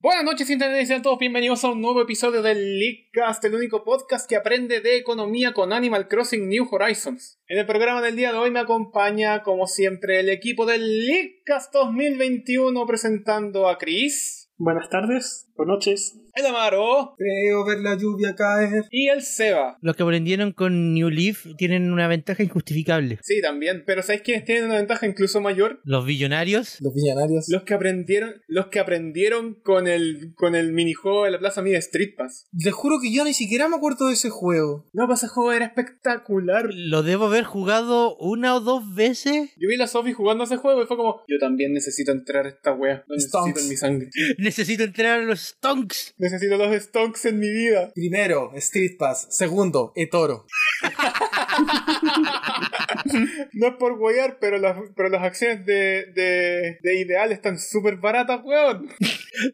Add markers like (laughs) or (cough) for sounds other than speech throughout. Buenas noches, Internet, sean todos bienvenidos a un nuevo episodio del Leakcast, el único podcast que aprende de economía con Animal Crossing New Horizons. En el programa del día de hoy me acompaña, como siempre, el equipo del Leakcast 2021 presentando a Chris, Buenas tardes o noches. el Amaro Creo ver la lluvia caer. y el Seba. Los que aprendieron con New Leaf tienen una ventaja injustificable. Sí, también, pero ¿sabéis quiénes tienen una ventaja incluso mayor? Los billonarios. Los millonarios. Los que aprendieron, los que aprendieron con el con el minijuego de la Plaza Mid Street Pass. Les juro que yo ni siquiera me acuerdo de ese juego. No, pasa juego era espectacular. Lo debo haber jugado una o dos veces. (laughs) Yo vi a la Sophie jugando ese juego y fue como, yo también necesito entrar a esta wea. Lo necesito Stonks. en mi sangre. (laughs) Necesito entrar a los Stonks. Necesito los stonks en mi vida. Primero, Street Pass. Segundo, Etoro. No es por wear, pero las, pero las acciones de, de, de ideal están súper baratas, weón.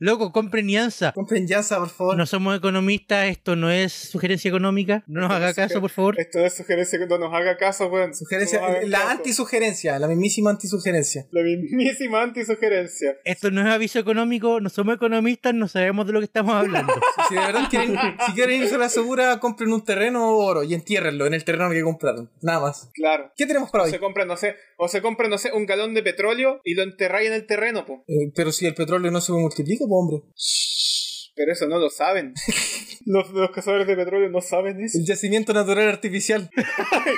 Loco, compren Nianza. Compren Yasa, por favor. No somos economistas, esto no es sugerencia económica. No nos haga caso, por favor. Esto es sugerencia que no nos haga caso, weón. Sugerencia, No nos haga la caso. antisugerencia, la mismísima antisugerencia. La mismísima antisugerencia. Esto no es aviso económico, no somos economistas, no sabemos de lo que estamos hablando. Si de verdad quieren, si quieren irse a la segura, compren un terreno o oro y entiérrenlo en el terreno que compraron. Nada más. Claro. ¿Qué tenemos para O hoy? se compra, no sé, o se compra, no sé, un galón de petróleo y lo enterráis en el terreno, po. Eh, pero si el petróleo no se multiplica, pues hombre. Pero eso no lo (laughs) saben. los, los cazadores de petróleo no saben eso. (laughs) El yacimiento natural artificial.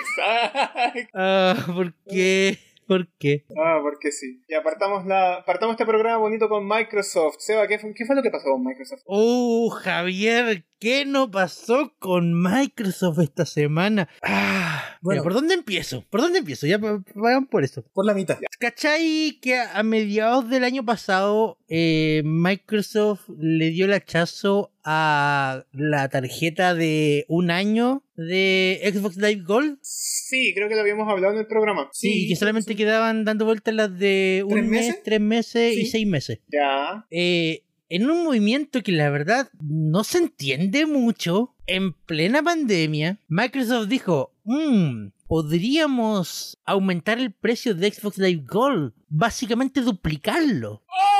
Exacto. Ah, ¿por qué? ¿Por qué? Ah, porque sí. Y apartamos la, partamos este programa bonito con Microsoft. Seba, ¿qué fue, qué fue lo que pasó con Microsoft? Oh, Javier, ¿qué no pasó con Microsoft esta semana? Ah, Bueno. bueno, ¿por dónde empiezo? ¿Por dónde empiezo? Ya pa- pa- vayan por eso. Por la mitad. ¿Cachai que a a mediados del año pasado eh, Microsoft le dio el hachazo a la tarjeta de un año de Xbox Live Gold? Sí, creo que lo habíamos hablado en el programa. Sí, y que solamente quedaban dando vueltas las de un ¿Tres mes, meses? tres meses y Sí. seis meses. Ya. Eh, en un movimiento que la verdad no se entiende mucho, en plena pandemia, Microsoft dijo, "Mm, podríamos aumentar el precio de Xbox Live Gold, básicamente duplicarlo. ¡Oh!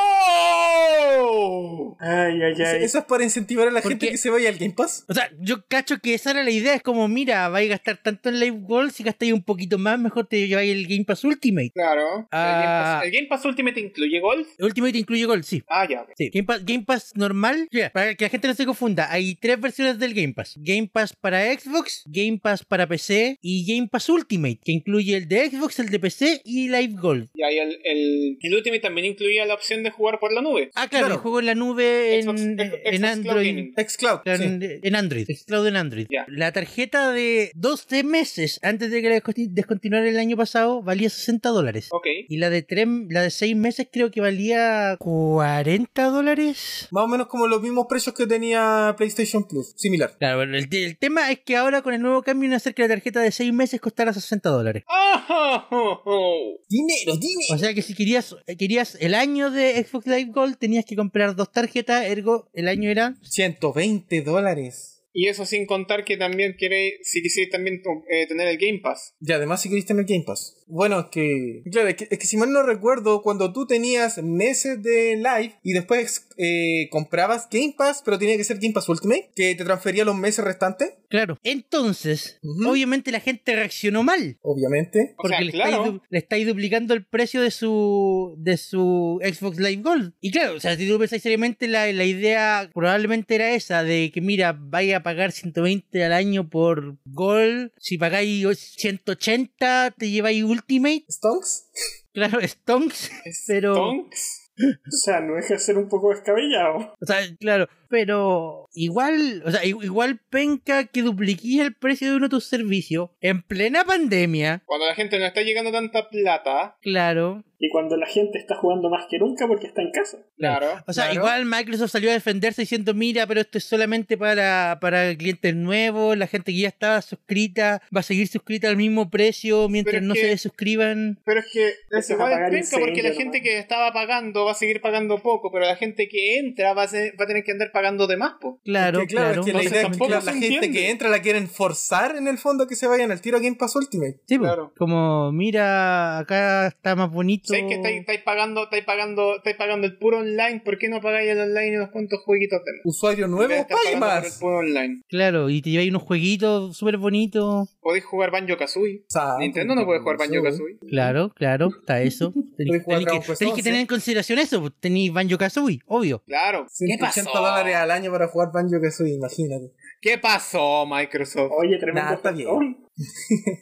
Ay, ay, ay. Eso es para incentivar a la ¿Por gente qué? que se vaya al Game Pass. O sea, yo cacho que esa era la idea, es como, mira, vais a gastar tanto en Live Gold, si gastáis un poquito más, mejor te lleváis el Game Pass Ultimate. Claro. el, Game Ah. Pass, ¿El Game Pass Ultimate incluye golf? Ultimate incluye Gold, sí. Ah, ya. Sí, Game Pass, Game Pass normal, ya, para que la gente no se confunda, hay tres versiones del Game Pass. Game Pass para Xbox, Game Pass para PC y Game Pass Ultimate, que incluye el de Xbox, el de PC y Live Gold. Y ahí el, el, el Ultimate también incluía la opción de jugar por la nube. Ah, claro, Claro. el juego en la nube en, Xbox- Xbox en Cloud Android. Gaming. Xcloud. claro, sí. En, en Android, Xcloud en Android. Ya. La tarjeta de 12 meses antes de que la desconti- descontinuara el año pasado valía 60 dólares. Ok. Y la de tres, la de 6 meses creo que valía 40 dólares. Más o menos como los mismos precios que tenía PlayStation Plus. Similar. Claro, bueno, el, te- el tema es que ahora con el nuevo cambio van a hacer que la tarjeta de 6 meses costara 60 dólares. ¡Ah! oh, oh. Dinero, dinero. O sea que si querías, eh, querías el año de Xbox Live Gold tenías que comprar dos tarjetas, ergo el año era... 120 dólares. Y eso sin contar que también quiere, si quisiera también eh, tener el Game Pass. Y además si querés tener Game Pass. Bueno, es que... Claro, es que, es que si mal no recuerdo, cuando tú tenías meses de live y después eh, comprabas Game Pass, pero tenía que ser Game Pass Ultimate, que te transfería los meses restantes, Claro. Entonces, Ujú. obviamente la gente reaccionó mal. obviamente. O sea, Porque le, claro. estáis du- le estáis duplicando el precio de su de su Xbox Live Gold. Y claro, o sea, si tú pensás seriamente, la, la idea probablemente era esa, de que mira, vaya a pagar 120 al año por Gold, si pagáis 180 te lleváis Ultimate, (laughs) ¿Stonks? claro, Stonks, pero... ¿Stonks? O sea, no deja de ser un poco descabellado. O sea, claro, pero igual, o sea, i- igual penca que dupliquís el precio de uno de tus servicios en plena pandemia, Cuando la gente no está llegando tanta plata, claro. Y cuando la gente está jugando más que nunca porque está en casa. claro. O sea, Claro. igual Microsoft salió a defenderse diciendo, mira, pero esto es solamente para, para clientes nuevos, la gente que ya estaba suscrita va a seguir suscrita al mismo precio mientras Pero es no que- se desuscriban. Pero es que es Eso es igual apagar penca porque la incendio, gente nomás. que estaba pagando va a seguir pagando poco, pero la gente que entra va a, ser- va a tener que andar pagando de más, po. Claro, Que claro, claro. es que la Entonces idea es que tampoco claro, se la gente entiende. que entra la quieren forzar en el fondo a que se vayan al tiro a Game Pass Ultimate. Sí, pues, claro. Como, mira, acá está más bonito esto. Sé que estáis, estáis pagando, estáis pagando, estáis pagando el puro online, ¿por qué no pagáis el online y unos cuantos jueguitos de más? Usuario En vez de nuevo, estar pague pagando por El más. puro online. Claro, y te lleváis unos jueguitos súper bonitos. Podéis jugar Banjo Kazooie. Sa- Nintendo no puede jugar Ah, Banjo Kazooie. Claro, claro, (laughs) está eso. Tenéis Podéis jugar tenéis Dragon que, Quest tenéis que 11. tener en consideración eso. pues, Tenéis Banjo Kazooie, obvio. Claro. ¿Qué 180 pasó? dólares al año para jugar Banjo Kazooie, imagínate. ¿Qué pasó, Microsoft? Oye, tremendo. Nah, está bien. ofertón.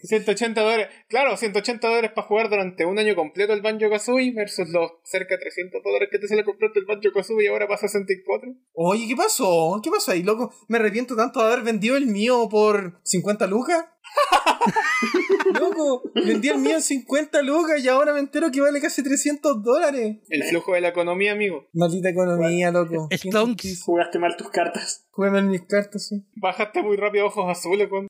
180 dólares. Claro, 180 dólares para jugar durante un año completo el Banjo Kazooie versus los cerca de 300 dólares que te sale comprarte el Banjo Kazooie y ahora para 64. Oye, ¿qué pasó? ¿Qué pasó ahí, loco? Me arrepiento tanto de haber vendido el mío por (laughs) 50 lucas. loco, vendí el mío en 50 lucas y ahora me entero que vale casi 300 dólares. Eh. El flujo de la economía, amigo. Maldita economía, loco. Qué Stonks. injusticia. Jugaste mal tus cartas. Jugué mal mis cartas, sí. Bajaste muy rápido ojos azules, con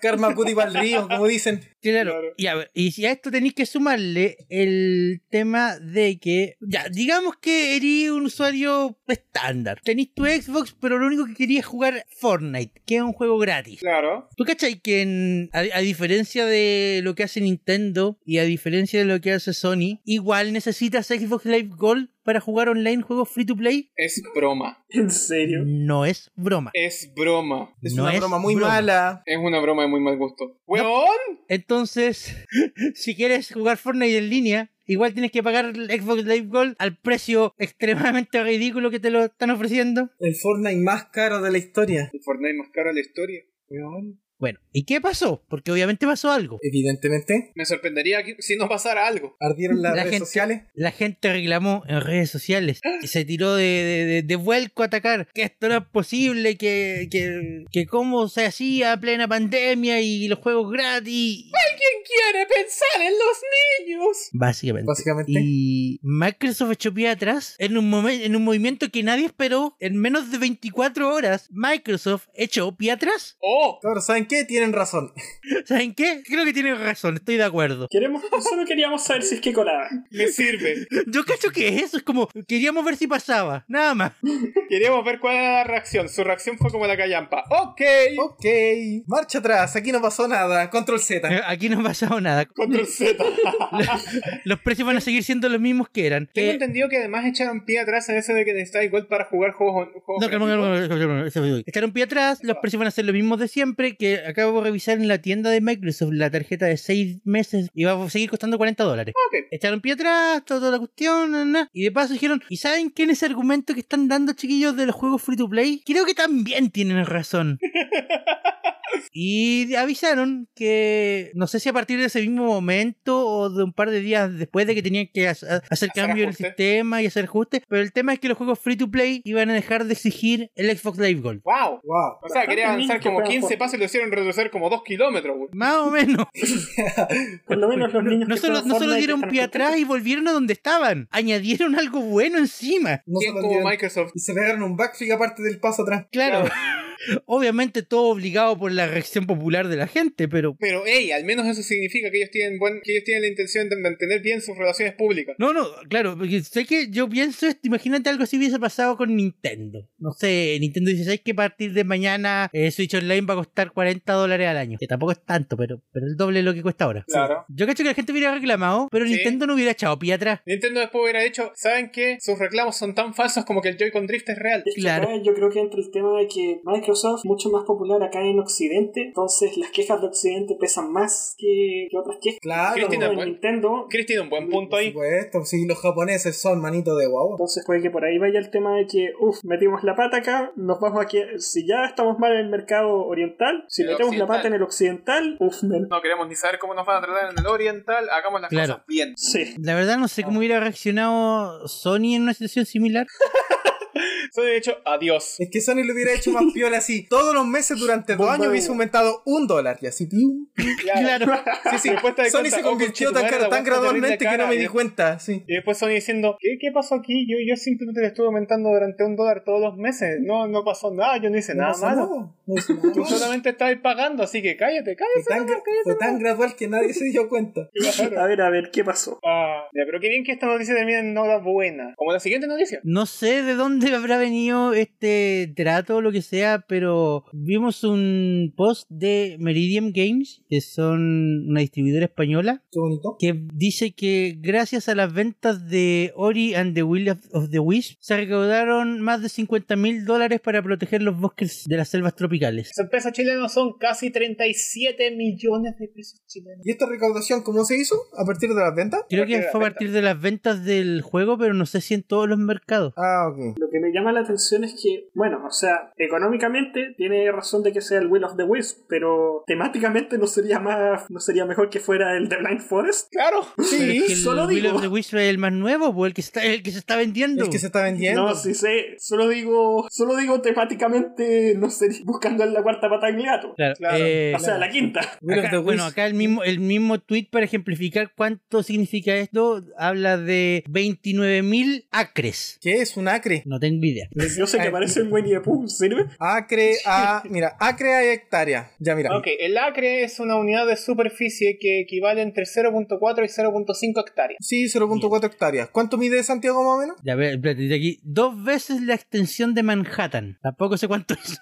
Karma Cuti para el río, como dicen. Claro. Claro. Y, a ver, y si a esto tenéis que sumarle el tema de que, ya, digamos que eres un usuario estándar. Tenéis tu Xbox, pero lo único que querías es jugar Fortnite, que es un juego gratis. Claro. ¿Tú cachai que en- a, a diferencia de lo que hace Nintendo y a diferencia de lo que hace Sony, igual necesitas Xbox Live Gold para jugar online juegos free to play? Es broma. ¿En serio? No es broma. Es broma. Es No una es broma muy broma. mala. Es una broma de muy mal gusto. ¡Hueón! Entonces, (laughs) si quieres jugar Fortnite en línea, igual tienes que pagar el Xbox Live Gold al precio (laughs) extremadamente ridículo que te lo están ofreciendo. El Fortnite más caro de la historia. El Fortnite más caro de la historia. Hueón. Bueno, ¿y qué pasó? Porque obviamente pasó algo. Evidentemente. Me sorprendería que- si no pasara algo. Ardieron las La redes gente- sociales. La gente reclamó en redes sociales y se tiró de, de- de- de vuelco a atacar que esto no es posible, que, que, que cómo se hacía plena pandemia y los juegos gratis. ¿Quién quiere pensar en los niños? Básicamente. Básicamente. Y Microsoft echó pie atrás en un, momen- en un movimiento que nadie esperó. En menos de 24 horas, Microsoft echó pie atrás. (laughs) ¡Oh! Claro, ¿saben qué? Tienen razón. ¿Saben qué? Creo que tiene razón, estoy de acuerdo. (laughs) Queremos, solo queríamos saber si es que colaba. Me sirve. Yo cacho que es eso, es como queríamos ver si pasaba, nada más. Queríamos ver cuál era la reacción. Su reacción fue como la callampa. ¡Ok! Ok. Marcha atrás. Aquí no pasó nada. Control Z. Aquí no ha pasado nada. Control (laughs) Z. Los precios van a seguir siendo los mismos que eran. Tengo Eh, entendido que además echaron pie atrás en eso de que necesitáis igual para jugar juegos. juegos No, calma, gratuitos. calma, calma, calma, calma, calma. Echaron pie atrás, los precios van a ser los mismos de siempre, que acabo de revisar en la tienda de Microsoft, la tarjeta de 6 meses y va a seguir costando 40 dólares. Ok. Echaron pie atrás, toda, toda la cuestión, na, na. y de paso dijeron, ¿y saben qué en ese argumento que están dando, chiquillos, de los juegos free to play? Creo que también tienen razón. Y avisaron que, no sé si a partir de ese mismo momento o de un par de días después de que tenían que ha- hacer, cambio en el ajustes. sistema y hacer ajustes, pero el tema es que los juegos free to play iban a dejar de exigir el Xbox Live Gold. ¡Wow! Wow. O sea, quería Bastante avanzar niños que como juegan 15 pasos y lo hicieron retroceder como 2 kilómetros, güey. Más o (laughs) menos. Por lo menos los niños No que solo, juegan no solo Fortnite dieron están pie atrás y volvieron a donde estaban. Añadieron algo bueno encima. No se ¿Quién como perdieron. Microsoft? Y se pegaron un backflip aparte del paso atrás. Claro. (laughs) Obviamente todo obligado por la reacción popular de la gente, pero... Pero, hey, al menos eso significa que ellos tienen buen, que ellos tienen la intención de mantener bien sus relaciones públicas. No, no, claro, porque sé que yo pienso esto, imagínate algo si hubiese pasado con Nintendo. No sé, Nintendo dice, ¿sabes que a partir de mañana eh, Switch Online va a costar 40 dólares al año? Que tampoco es tanto, pero, pero el doble de lo que cuesta ahora. Claro. Yo cacho que la gente hubiera reclamado, pero Sí. Nintendo no hubiera echado pie atrás. Nintendo después hubiera dicho, ¿saben qué? Sus reclamos son tan falsos como que el Joy-Con Drift es real. De hecho, Claro. acá yo creo que entra el tema de que Microsoft es mucho más popular acá en Occidente, entonces las quejas de Occidente pesan más que, que otras quejas. Claro. Cristina, de bueno. Nintendo, Chris tiene un buen punto Por ahí. supuesto. Sí, los japoneses son manitos de guau. entonces puede que por ahí vaya el tema de que, uff, metimos la pata acá, nos vamos aquí, si ya estamos mal en el mercado oriental, si El metemos la pata occidental. en el occidental, uff, men. No queremos ni saber cómo nos van a tratar en el oriental. Hagamos las Claro. cosas bien. Sí. La verdad no sé cómo hubiera reaccionado Sony en una situación similar. Soy de hecho, adiós. (laughs) Es que Sony lo hubiera hecho más piola así. Todos los meses durante dos Bomba años de hubiese huevo. aumentado un dólar. Y así, ¡piu! (laughs) Claro. Sí, (laughs) sí, puesta de Sony cuenta, se oh, convirtió tan, conchetumare, cara- la tan guasta terrible gradualmente que cara, no me y- di cuenta. Sí. Y después Sony diciendo, ¿qué, qué pasó aquí? Yo, yo simplemente le estuve aumentando durante un dólar todos los meses. No, no pasó nada, yo no hice nada pasó malo. nada, no hizo nada Tú malo. solamente estabas pagando, así que cállate, Fue cállate. tan, gra- fue tan gradual que nadie se dio cuenta. A ver, a ver, ¿qué pasó? Ah, ya, pero qué bien que esta noticia termina en nota buena. Como la siguiente noticia. No sé de dónde habrá venido este trato o lo que sea, pero vimos un post de Meridian Games, que son una distribuidora española, Qué bonito. que dice que gracias a las ventas de Ori and the Will of, of the Wish se recaudaron más de 50 mil dólares para proteger los bosques de las selvas tropicales. Son pesos chilenos, son casi 37 millones de pesos chilenos. ¿Y esta recaudación cómo se hizo? ¿A partir de las ventas? Creo partir que de fue a las partir de las ventas del juego, pero no sé si en todos los mercados. Ah, ok. Lo que me llama la atención es que, bueno, o sea, económicamente tiene razón de que sea el Will of the Wisp, pero temáticamente no sería más, no sería mejor que fuera el de Blind Forest. Claro, Pero sí. es que solo el Will digo. of the Wisp es el más nuevo, pues, el que está, el que se está vendiendo. El que se está vendiendo. No, sí sé, solo digo, solo digo temáticamente, no sé, (laughs) buscando en la cuarta pata del gato. Claro, Claro. eh, O sea, la (laughs) quinta. Will of acá- the bueno, Wisps. acá el mismo, el mismo tweet para ejemplificar cuánto significa esto habla de 29.000 acres. ¿Qué es un acre? No tengo idea. Yo sé que parece un Winnie the Pooh, ¿sirve? Acre (laughs) a. Mira, acre a hectárea. Ya, mira. Ok, el acre es una unidad de superficie que equivale entre 0.4 y 0.5 hectáreas. Sí, 0.4 hectáreas. ¿Cuánto mide Santiago más o menos? Ya, a ver, espérate, dice aquí dos veces la extensión de Manhattan. Tampoco sé cuánto es.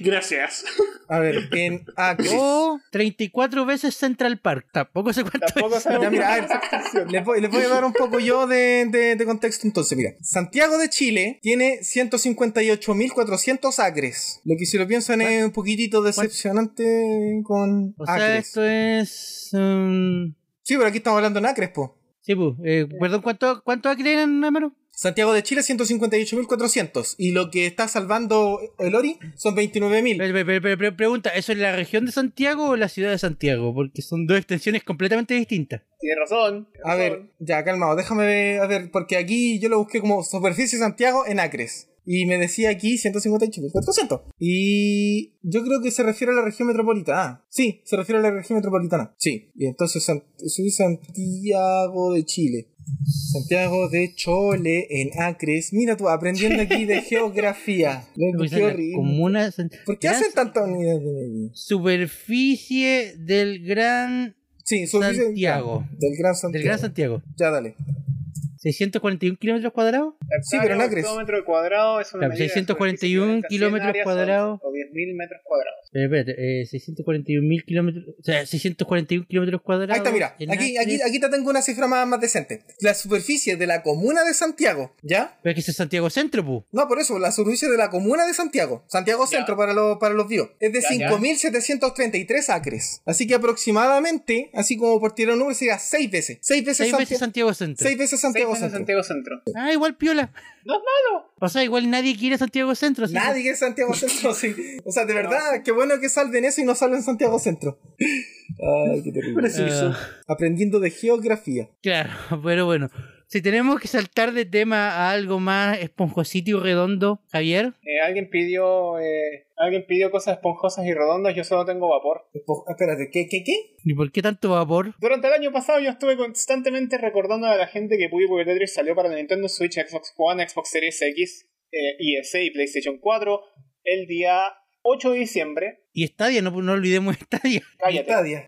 Gracias. A ver, en (laughs) acres. O 34 veces Central Park. Tampoco sé cuánto Tampoco es. sabemos (laughs) Ya, mira, cuál a es ver, la extensión. Les voy, les voy a dar un poco yo de, de- de contexto entonces, mira. Santiago de Chile tiene 158.400 acres. Lo que si lo piensan es un poquitito decepcionante con O sea, acres. esto es. um, Sí, pero aquí estamos hablando en acres, po. sí, pues. eh, perdón, ¿cuánto, cuánto acre eran, Amaro? Santiago de Chile 158.400 y lo que está salvando el Ori son 29.000. Pero- pero- pero- pero pregunta, ¿eso es la región de Santiago o la ciudad de Santiago? Porque son dos extensiones completamente distintas. Tiene razón. tiene A razón. ver, ya calmado, déjame ver, a ver, porque aquí yo lo busqué como superficie Santiago en acres. Y me decía aquí 158.400. Y yo creo que se refiere a la región metropolitana. Ah, Sí, se refiere a la región metropolitana. Sí. Y entonces San- soy Santiago de Chile. Santiago de Chole en acres. Mira tú, aprendiendo aquí de geografía. Loco, Pues Qué en la horrible. comuna de San- ¿Por qué Gran hacen tanta unidad de medida? Superficie del Gran Sí, superficie Santiago. Del Gran Santiago. Del Gran Santiago. Ya dale. 641 kilómetros cuadrados. Sí, pero en Hectárea, acres. hectómetro cuadrado es una Claro, medida de 641 superficie que kilómetros habita cien áreas cuadrados. O, o 10.000 metros cuadrados. Eh, espérate, eh, 641 mil kilómetros. O sea, 641 kilómetros cuadrados. Ahí está, mira. en Aquí, acres. aquí, aquí te tengo una cifra más, más decente. La superficie de la comuna de Santiago, ¿ya? Pero es que ese es Santiago Centro, pu. No, por eso, la superficie de la comuna de Santiago, Santiago Ya. Centro para, los para los vivos, es de Ya, ya. 5.733 acres. Así que aproximadamente, así como por tirar un número, sería 6 veces. 6 veces, Seis veces Santiago. Santiago Centro. 6 veces Seis veces Santiago Centro. Santiago Centro. Ah, igual piola. ¡No es malo! O sea, igual nadie quiere Santiago Centro. así que- Nadie quiere Santiago Centro. sí. O sea, de verdad, qué bueno que salven eso y no salven Santiago Centro. Ay, qué terrible. Preciso. Ah, Aprendiendo de geografía. claro, (laughs) pero bueno. Si tenemos que saltar de tema a algo más esponjosito y redondo, Javier. Eh, alguien pidió eh, alguien pidió cosas esponjosas y redondas, yo solo tengo vapor. Po- Pues, Espérate, ¿qué, qué, qué? ¿Y por qué tanto vapor? Durante el año pasado yo estuve constantemente recordando a la gente que Puyo Puyo Tetris salió para la Nintendo Switch, Xbox One, Xbox Series X, eh, IS y PlayStation 4 el día 8 de diciembre. Y Stadia, no, no olvidemos Stadia. Cállate. Estadia.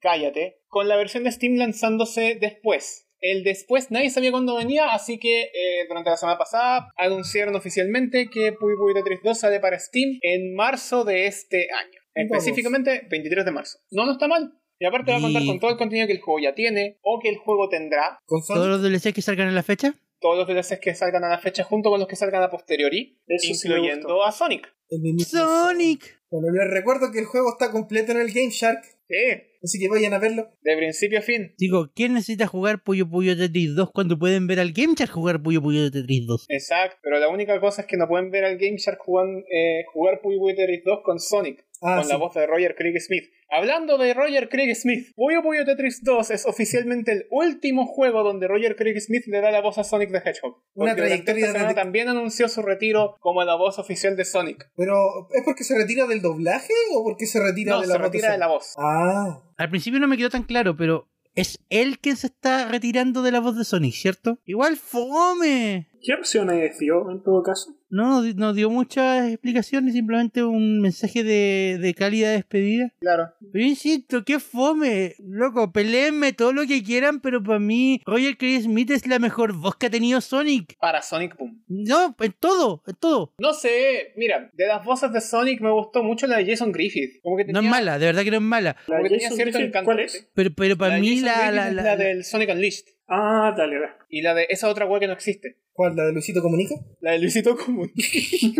cállate, con la versión de Steam lanzándose después. El después nadie sabía cuándo venía, así que eh, durante la semana pasada anunciaron oficialmente que Puy Puy Tetris 2 sale para Steam en marzo de este año. Vamos. Específicamente 23 de marzo. No, no está mal. Y aparte va a contar Y- con todo el contenido que el juego ya tiene o que el juego tendrá. Con Todos Sonic. los DLCs que salgan en la fecha. Todos los DLCs que salgan a la fecha junto con los que salgan a posteriori, Eso sí me incluyendo a Sonic. el mismo- Sonic. Bueno, les recuerdo que el juego está completo en el Game Shark, Sí, así que vayan a verlo. de principio a fin. Digo, ¿quién necesita jugar Puyo Puyo Tetris 2 cuando pueden ver al Game Shark jugar Puyo Puyo Tetris 2? Exacto, pero la única cosa es que no pueden ver al Game Shark jugan- eh, jugar Puyo Puyo Tetris 2 con Sonic, Ah, con la sí. voz de Roger Craig Smith. Hablando de Roger Craig Smith, Puyo Puyo Tetris 2 es oficialmente el último juego donde Roger Craig Smith le da la voz a Sonic the Hedgehog. Porque Una durante trayectoria esta semana desde- también anunció su retiro como la voz oficial de Sonic. Pero, ¿es porque se retira del doblaje o porque se retira No, de la se retira de la voz. Ah, Al principio no me quedó tan claro, pero es él quien se está retirando de la voz de Sonic, ¿cierto? Igual fome. ¿Qué opciones dio en todo caso? No, di- no dio muchas explicaciones, simplemente un mensaje de, de cálida despedida. Claro. Pero yo insisto, qué fome. Loco, peleenme todo lo que quieran, pero para mí Roger Craig Smith es la mejor voz que ha tenido Sonic. Para Sonic Boom. No, en todo, en todo. No sé, mira, de las voces de Sonic me gustó mucho la de Jason Griffith. Como que tenía, No es mala, de verdad que no es mala. La como que tenía Jason cierto Griffith, encanto. ¿Cuál es? Pero, pero para de mí Jason la, Griffith la, es la- la del Sonic Unleashed. Ah, dale, dale. Y la de esa otra wea que no existe. ¿Cuál? ¿La de (laughs) Luisito Comunica? La de Luisito Común.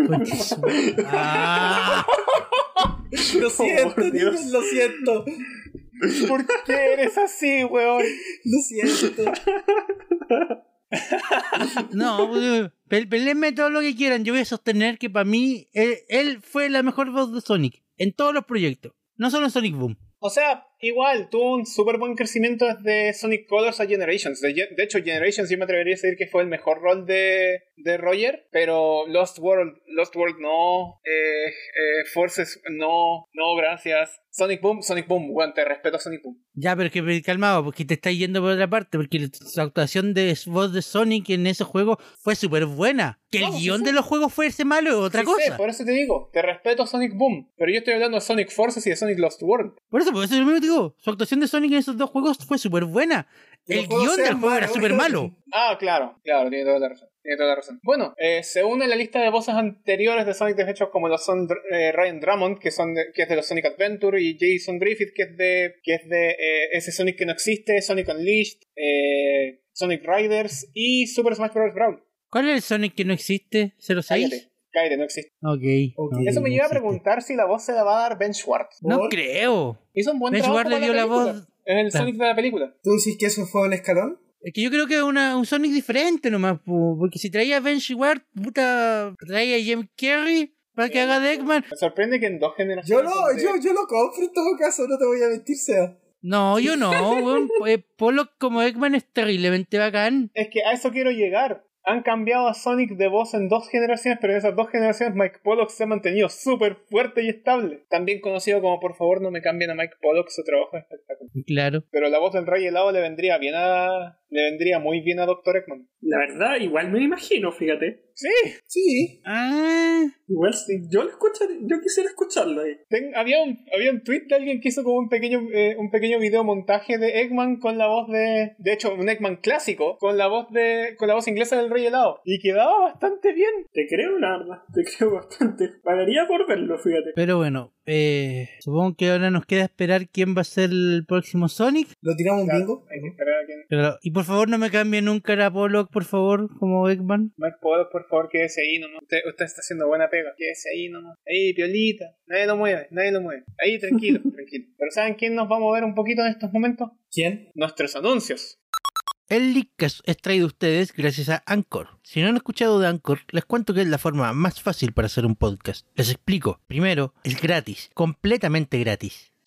Concha su- Ah, Lo siento, Dios. niños, lo siento. (laughs) ¿Por qué eres así, weón? Lo (laughs) siento. no, eh, pe- peleenme todo lo que quieran. Yo voy a sostener que para mí él, él fue la mejor voz de Sonic en todos los proyectos, no solo en Sonic Boom. O sea, igual, tuvo un súper buen crecimiento desde Sonic Colors a Generations. De, de hecho, Generations yo me atrevería a decir que fue el mejor rol de, de Roger, pero Lost World, Lost World no, eh, eh, Forces no, no, gracias. Sonic Boom, Sonic Boom, weón, te respeto Sonic Boom. Ya, pero que me calmaba, porque te está yendo por otra parte, porque la- la actuación de s- voz de Sonic en esos juegos fue súper buena. Que el No, sí guión sé. de los juegos fuese malo es otra Sí cosa. sé, por eso te digo, te respeto Sonic Boom, pero yo estoy hablando de Sonic Forces y de Sonic Lost World. Por eso, por eso yo mismo digo, su actuación de Sonic en esos dos juegos fue súper buena. Que los El juegos guión del sean juego era malos. (laughs) súper malo. Ah, claro, claro, tiene toda la razón. Tiene toda la razón. Bueno, eh, se une a la lista de voces anteriores de Sonic de hecho como lo son Dr- eh, Ryan Drummond, que, son de- que es de los Sonic Adventure, y Jason Griffith, que es de, que es de eh, ese Sonic que no existe, Sonic Unleashed, eh, Sonic Riders y Super Smash Bros. Brawl. ¿Cuál es el Sonic que no existe? ¿06? Cállate, cállate, no existe. Ok. Ok. no, Eso me no lleva a existe. preguntar si la voz se la va a dar Ben Schwartz. No ¿Por? creo. Hizo un buen Ben trabajo Schwartz le con dio la película. voz. Es el Sonic de la película. ¿Tú decís que eso fue un escalón? Es que yo creo que es una- un Sonic diferente nomás, po, porque si traía a Ben Schwartz, puta, traía a Jim Carrey para que haga de Eggman. Me sorprende que en dos generaciones. Yo lo, donde- yo, yo lo compro en todo caso, no te voy a mentir, Seba. No, yo no, (laughs) weón. Eh, Pollock como Eggman es terriblemente bacán. Es que a eso quiero llegar. Han cambiado a Sonic de voz en dos generaciones, pero en esas dos generaciones Mike Pollock se ha mantenido súper fuerte y estable. También conocido como por favor no me cambien a Mike Pollock, su trabajo es espectacular. Claro. Pero la voz del Rey helado le vendría bien a. le vendría muy bien a Dr. Eggman. La verdad, igual me imagino, fíjate. Sí, Sí. Ah, Igual si yo lo escucharía, yo quisiera escucharlo ahí. ten- había, un, había un tweet de alguien que hizo como un pequeño, eh, un pequeño videomontaje de Eggman con la voz de. De hecho, un Eggman clásico, con la voz de. con la voz inglesa del Rey helado. Y quedaba bastante bien. Te creo, la verdad. Te creo bastante. Pagaría por verlo, fíjate. pero bueno, eh, supongo que ahora nos queda esperar quién va a ser el próximo Sonic. ¿Lo tiramos un Claro, bingo? Hay que esperar a que- Pero- y por favor no me cambien nunca a Pollock, por favor, como Eggman. Mike Pollock, por favor, quédese ahí nomás. Usted, usted está haciendo buena pega. Quédese ahí nomás. Ahí, piolita. Nadie lo mueve, nadie lo mueve. Ahí, tranquilo, tranquilo. Pero ¿saben quién nos va a mover un poquito en estos momentos? ¿Quién? Nuestros anuncios. El Leadcast es traído a ustedes gracias a Anchor. Si no han escuchado de Anchor, les cuento que es la forma más fácil para hacer un podcast. Les explico. Primero, es gratis, completamente gratis.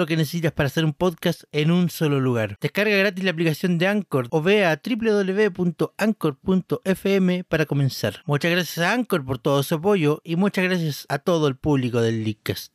lo que necesitas para hacer un podcast en un solo lugar. Descarga gratis la aplicación de Anchor o ve a www.anchor.fm para comenzar. Muchas gracias a Anchor por todo su apoyo y muchas gracias a todo el público del Leadcast.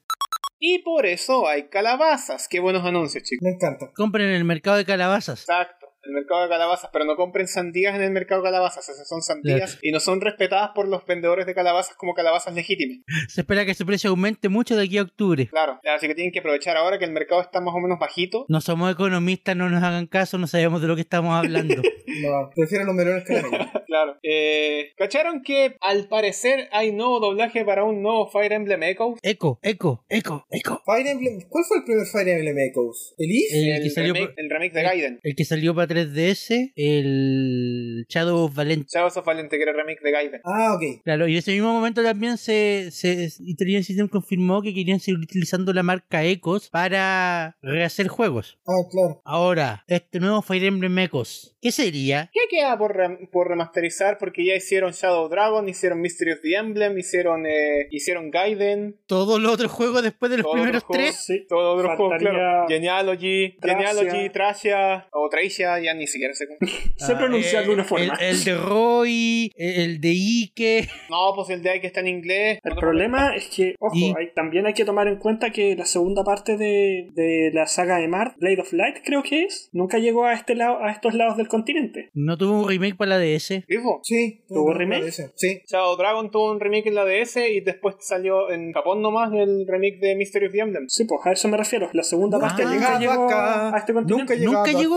Y por eso hay calabazas. Qué buenos anuncios, chicos. Me encanta. Compren en el mercado de calabazas. Exacto. El mercado de calabazas, pero no compren sandías en el mercado de calabazas. Esas son sandías y no son respetadas por los vendedores de calabazas como calabazas legítimas. Se espera que su precio aumente mucho de aquí a octubre. Claro, así que tienen que aprovechar ahora que el mercado está más o menos bajito. No somos economistas, no nos hagan caso, no sabemos de lo que (laughs) estamos hablando. No, prefiero los melones que la caña. Claro. Eh, ¿Cacharon que al parecer hay nuevo doblaje para un nuevo Fire Emblem Echoes? Eco, eco, eco, eco. Fire Emblem. ¿Cuál fue el primer Fire Emblem Echoes? ¿El If? El, el, que salió remake, pa- el remake de Gaiden. el que salió para 3DS, el Shadow of Valente. Shadows of Valente, que era el remake de Gaiden. Ah, ok. Claro, y en ese mismo momento también se, se Intelligent System confirmó que querían seguir utilizando la marca Ecos para rehacer juegos. Ah, claro. Ahora, este nuevo Fire Emblem Ecos, ¿qué sería? ¿Qué queda por, rem- por remasterizar porque ya hicieron Shadow Dragon, hicieron Mystery of the Emblem, hicieron, eh, hicieron Gaiden, Todos los otros juegos después de los Todos los primeros juegos. tres. Sí. todos los juegos, Faltaría claro. Genealogy, Tracia. Genealogy, Tracia, o Tracia, ya ni siquiera (laughs) sé cómo. Sé Ah, pronunciar de eh, una forma. El, el de Roy, eh, el de Ike. No, pues el de ahí que está en inglés. El Otro- problema es que, ojo, Y- hay- también hay que tomar en cuenta que la segunda parte de, de la saga de Mart, Blade of Light creo que es, nunca llegó a este lado, a estos lados del continente. No tuvo un remake para la DS. Sí, po. Sí. ¿Tuvo no, remake? parece. Sí. Shadow Dragon tuvo un remake en la DS y después salió en Japón nomás el remake de Mystery of the Emblem. Sí, pues a eso me refiero. La segunda parte Ah, nunca llegó a, a este Nunca continente. llegó. Nunca llegó.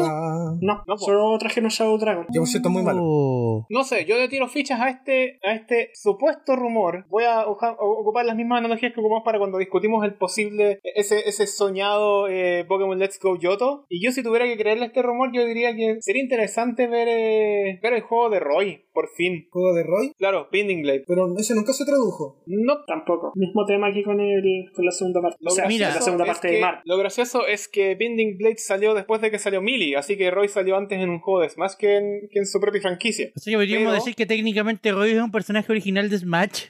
No, No, po. solo trajeron Shadow Dragon. Yo me siento muy malo. Oh. No sé, yo le tiro fichas a este, a este supuesto rumor. Voy a oja- o- ocupar las mismas analogías que ocupamos para cuando discutimos el posible, ese, ese soñado eh, Pokémon Let's Go Yoto. Y yo si tuviera que creerle a este rumor, yo diría que sería interesante ver, eh, ver el juego de Roy, por fin. Juego de Roy. Claro, Binding Blade. Pero ese nunca se tradujo. No Tampoco. Mismo tema aquí con, el, con la segunda parte. Lo o sea, mira, la gracioso segunda es parte que- de Mart. Lo gracioso es que Binding Blade salió después de que salió Melee, así que Roy salió antes en un juego de Smash que en, que en su propia (laughs) franquicia. Así que podríamos Pero- decir que técnicamente Roy es un personaje original de Smash.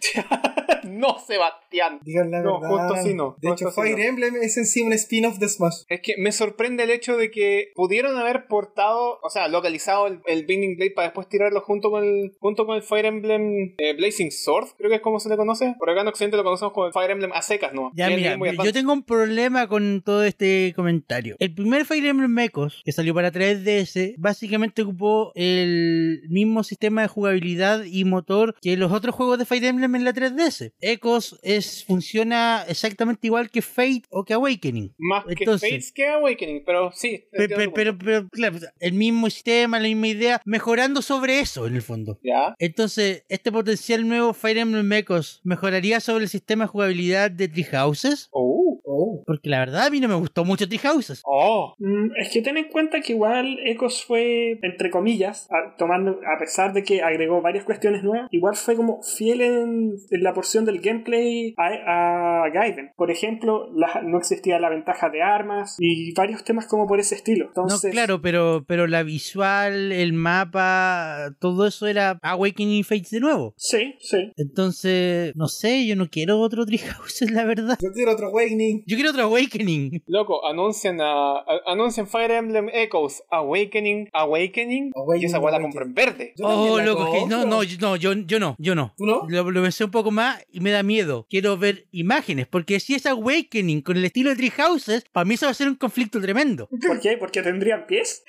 no, Sebastián. Digan la No, verdad. justo así no, De justo hecho, así Fire no. Emblem es en sí un spin-off de Smash. Es que me sorprende el hecho de que pudieron haber portado, o sea, localizado el, el Binding Blade para después tirarlo junto con el, junto con el Fire Emblem eh, Blazing Sword, creo que es como se le conoce. Por acá en Occidente lo conocemos como el Fire Emblem a secas, ¿no? Ya, Y el mira, Game Boy mira, yo Advance. tengo un problema con todo este comentario. El primer Fire Emblem Mechos, que salió para 3DS, básicamente ocupó el mismo sistema de jugabilidad y motor que los otros juegos de Fire Emblem en la 3DS. Echoes es, funciona exactamente igual que Fate o que Awakening. Más que Entonces- Fates que Awakening, pero sí. Pe- entiendo pe- tu punto. Pero, pero, claro, el mismo sistema, la misma idea, mejorando sobre eso en el fondo. Ya. Entonces, ¿este potencial nuevo Fire Emblem Mechos mejoraría sobre el sistema de jugabilidad de Tree Houses? Oh. Oh. Porque la verdad a mí no me gustó mucho Tree Houses. Oh. Mm, Es que ten en cuenta que igual Ecos fue, entre comillas, a, tomando, a pesar de que agregó varias cuestiones nuevas, igual fue como fiel en, en la porción del gameplay a, a Gaiden. Por ejemplo, la- no existía la ventaja de armas y varios temas como por ese estilo. Entonces, no, claro, pero, pero la visual, el mapa, todo eso era Awakening Fates de nuevo. Sí, sí. Entonces, no sé, yo no quiero otro (laughs) Tree Houses, la verdad. Yo quiero otro Awakening. Yo quiero otro Awakening. Loco, anuncian a, a- anuncian Fire Emblem Echoes Awakening, Awakening, Awakening, y esa weá la Awakening. compré en verde. Yo también Oh, la loco, que- no, compro. no, yo- no, yo, yo no, yo no. ¿Tú no? Lo, lo pensé un poco más y me da miedo. Quiero ver imágenes, porque si es Awakening con el estilo de Tree Houses, para mí eso va a ser un conflicto tremendo. ¿Por qué? Porque tendrían (laughs) pies.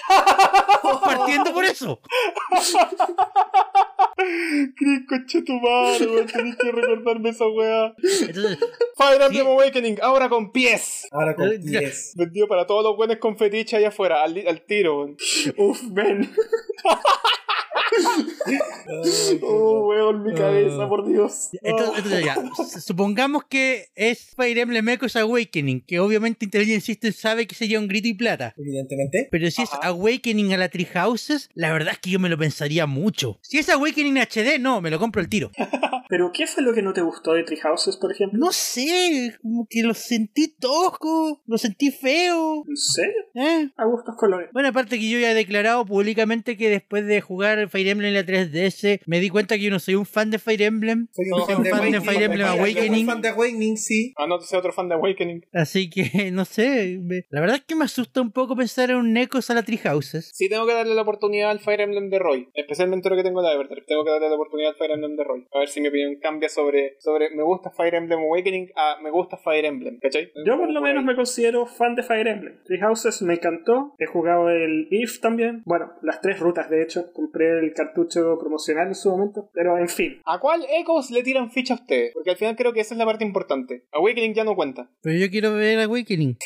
partiendo por eso. Cris, coche tu madre, weón, tenés que recordarme esa weá. Entonces, Fire Emblem Sí. Awakening, ahora con pies. Ahora con (laughs) Eh, 10. Vendido para todos los buenos con fetiche allá afuera, al, al tiro. weón. Uf, (laughs) ven. Oh, weón, mi Ah. cabeza, por Dios. entonces, entonces ya, s- supongamos que es Fire Emblem Echoes Awakening, que obviamente Intelligent System sabe que sería un grito y plata. Evidentemente. Pero si es Ajá. Awakening a la Tree Houses, la verdad es que yo me lo pensaría mucho. Si es Awakening HD, no, me lo compro al tiro. ¿Pero qué fue lo que no te gustó de Treehouses, por ejemplo? No sé, como que lo sentí tosco, lo sentí feo. ¿En serio? ¿eh? A gustos colores. Bueno, aparte que yo ya he declarado públicamente que después de jugar Fire Emblem en la 3DS, me di cuenta que yo no soy un fan de Fire Emblem. Soy Soy un fan de Awakening. Fire Emblem Soy un Awakening. fan de Awakening, sí. Anótese Ah, otro fan de Awakening. Así que, (laughs) no sé, me- la verdad es que me asusta un poco pensar en un Ecos a la Tree Houses. Sí, tengo que darle la oportunidad al Fire Emblem de Roy. Especialmente lo que tengo la Everdrive. Tengo que darle la oportunidad al Fire Emblem de Roy. A ver si mi opinión cambia sobre, sobre me gusta Fire Emblem Awakening a me gusta Fire Emblem. ¿Cachai? Yo por lo menos me considero fan de Fire Emblem. Three Houses me encantó. He jugado el If también. Bueno, las tres rutas de hecho. Compré el cartucho promocional en su momento. Pero en fin. ¿A cuál Echoes le tiran ficha a ustedes? Porque al final creo que esa es la parte importante. Awakening ya no cuenta. Pero yo quiero ver Awakening.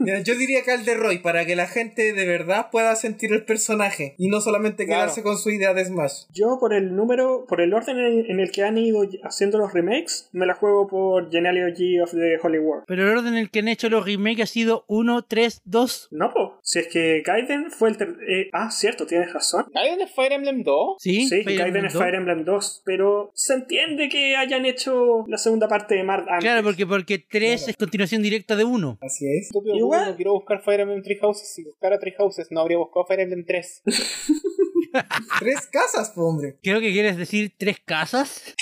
Mira, yo diría que al de Roy, para que la gente de verdad pueda sentir el personaje y no solamente Claro. quedarse con su idea de Smash. Yo por el número, por el orden en, en el que han ido haciendo los remakes, me la juego por Genealogy of the Holy War. Pero el orden en el que han hecho los remakes ha sido 1, 3, 2. No, po. Si es que Gaiden fue el... ter- eh, ah, cierto, tienes razón. ¿Alguien es Fire Emblem 2? Sí, Sí, Fire Gaiden Emblem es 2. Fire Emblem 2, pero se entiende que hayan hecho la segunda parte de Mart antes. (laughs) Claro, porque, porque 3 es continuación directa de 1. Así es. Estúpido, Igual. (laughs) Google, no quiero buscar Fire Emblem Three Houses. Si buscara Three Houses, no habría buscado Fire Emblem 3. Tres casas, po, hombre. Creo que quieres decir tres casas.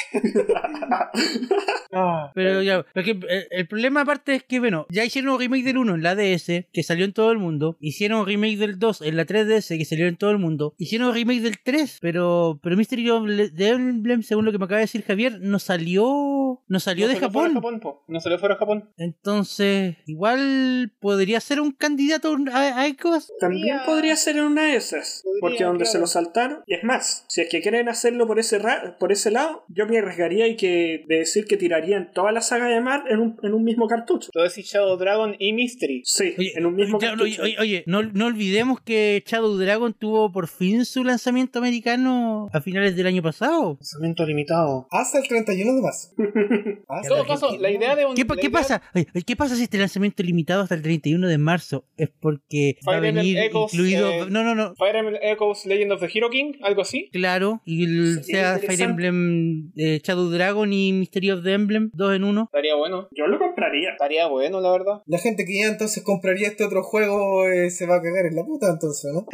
Ah, Pero ya, porque eh, el problema aparte es que, bueno, ya hicieron un remake del 1 en la DS, que salió en todo el mundo. Hicieron un remake del 2 en la 3DS, que salió en todo el mundo. Hicieron un remake del 3, pero, pero Mystery of Le- the Emblem, según lo que me acaba de decir Javier, no salió, no salió no de salió fuera Japón. po. No salió fuera de Japón. Entonces, igual podría ser un candidato a, a Ecos. También Podría- podría ser en una de esas, Podría, porque donde claro. se lo saltaron, y es más, si es que quieren hacerlo por ese ra- por ese lado, yo me arriesgaría y que de decir que tirarían toda la saga de Mar en un, en un mismo cartucho. Todo es Shadow Dragon y Mystery. Sí, Oye, en un mismo claro, cartucho. oye, oye, oye, no, no olvidemos que Shadow Dragon tuvo por fin su lanzamiento americano a finales del año pasado. Lanzamiento limitado. Hasta el 31 de marzo. En Hasta todo el caso, 31. la idea de un. ¿Qué, pa- la qué idea- pasa? Ay, ay, ¿Qué pasa si este lanzamiento es limitado hasta el 31 de marzo? Es porque va a Fire Emblem venir Echoes, incluido... eh, no, no, no. Fire Emblem Echoes Legend of the Hero King, algo así. Claro, y el- Sí, sea Fire interesante. Emblem eh, Shadow Dragon y Mystery of the Emblem, dos en uno. Estaría bueno. (laughs) Yo lo compraría. Estaría bueno, la verdad. (laughs) La gente que ya entonces compraría este otro juego eh, se va a cagar en la puta entonces, (laughs) ¿no?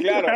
claro.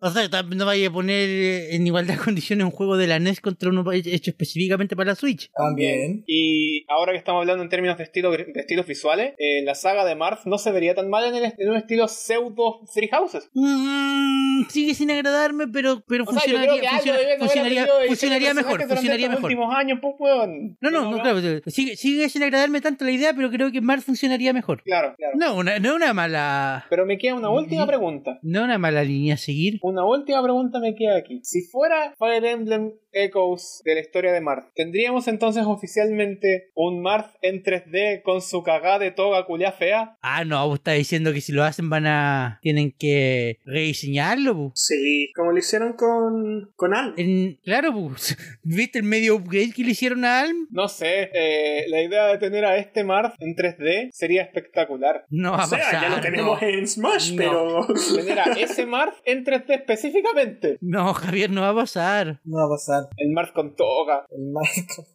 O sea, tam- no vaya a poner eh, en igualdad de condiciones un juego de la NES contra uno he- hecho específicamente para la Switch. También. Y ahora que estamos hablando en términos de, estilo, de estilos visuales, eh, la saga de Marth no se vería tan mal en, el, en un estilo pseudo Three Houses. Mm, sigue sin agradarme, pero, pero O sea, yo creo que funcionaría, algo funciona- deben haber funcionaría, aprendido de funcionaría diseño de personajes mejor, durante funcionaría estos mejor. últimos años, pues, weón. No, no, no, claro, sigue, sigue sin agradarme tanto la idea, pero creo que Marth funcionaría mejor. Claro, claro. No, una, no una mala. Pero me queda una última Ujú. pregunta. No una mala línea a seguir. Una última pregunta me queda aquí. Si fuera Fire Emblem Echoes de la historia de Marth, ¿tendríamos entonces oficialmente un Marth en 3D con su cagada de toga culia fea? Ah, no, vos estás diciendo que si lo hacen van a. tienen que rediseñarlo, pu. Sí, como lo hicieron con, con Al. En- claro, pu. (laughs) ¿Viste el medio upgrade que le hicieron a Alm? No sé, eh, la idea de tener a este Marth en 3D sería espectacular. No va O a sea, pasar. ya lo tenemos no. en Smash, No. pero Tener (laughs) a ese Marth en 3D específicamente. No, Javier, no va a pasar. No va a pasar. El Marth con toga. El Michael.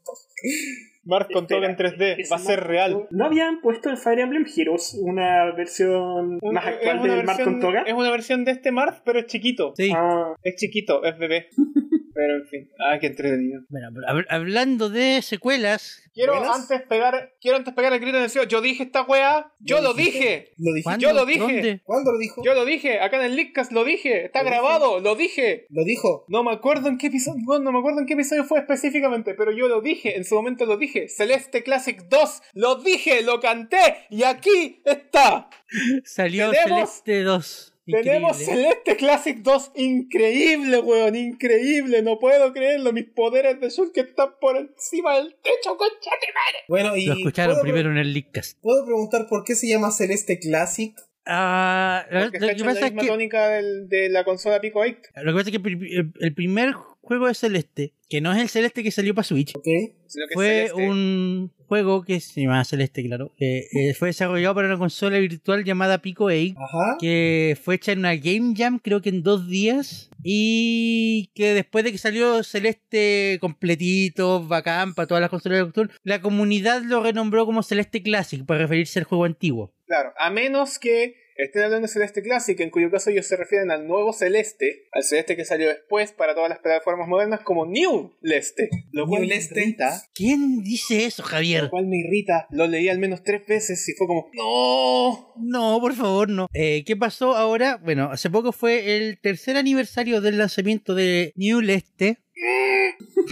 Marth (laughs) con toga en Espera, 3D. ese Va a ser Marth- real. ¿No habían puesto en Fire Emblem Heroes una versión más eh, Es actual una del Mark versión- con Toga? Es una versión de este Marth, pero es chiquito. Sí. Ah, Es chiquito, es (laughs) bebé. Pero en fin, ah, qué entretenido. Bueno, pero hab- hablando de secuelas. Quiero ¿Buenas? antes pegar, quiero antes pegar el grito de deseo. Yo dije esta weá, yo lo dije. Lo dije. ¿cuándo? Yo lo dije. ¿Dónde? ¿Cuándo lo dijo? Yo lo dije, acá en el Leakcast lo dije, está Lo grabado, lo dije. Lo dijo. No me acuerdo en qué episodio, bueno, no me acuerdo en qué episodio fue específicamente, pero yo lo dije, en su momento lo dije. Celeste Classic 2, lo dije, lo canté y aquí está. Salió Tenemos- Celeste 2. Tenemos Increíble. Celeste Classic 2, increíble, weón, increíble, no puedo creerlo, mis poderes de Shulk están por encima del techo, concha de madre. Bueno, y. Lo escucharon ¿puedo, pre- primero en el Leakcast. ¿Puedo preguntar por qué se llama Celeste Classic? Ah, lo Porque está que hecho en pasa la es misma que. tónica del- de la consola Pico 8. Lo que pasa es que pri- el- el primer juego de Celeste, que no es el Celeste que salió para Switch, (laughs) ¿Ok? sino que fue es celeste. un juego que se llama Celeste, claro. que, eh, fue desarrollado para una consola virtual llamada Pico 8, Ajá. que fue hecha en una Game Jam, creo que en dos días. Y que después de que salió Celeste completito, bacán, para todas las consolas virtual, la comunidad lo renombró como Celeste Classic, para referirse al juego antiguo. Claro, a menos que estén hablando de Celeste Classic, en cuyo caso ellos se refieren al nuevo Celeste, al Celeste que salió después para todas las plataformas modernas, como New Leste. Lo cual New me Leste. irrita. ¿Quién dice eso, Javier? Lo cual me irrita. Lo leí al menos tres veces y fue como, ¡No! No, por favor, no. Eh, ¿Qué pasó ahora? Bueno, hace poco fue el tercer aniversario del lanzamiento de New Leste. (laughs)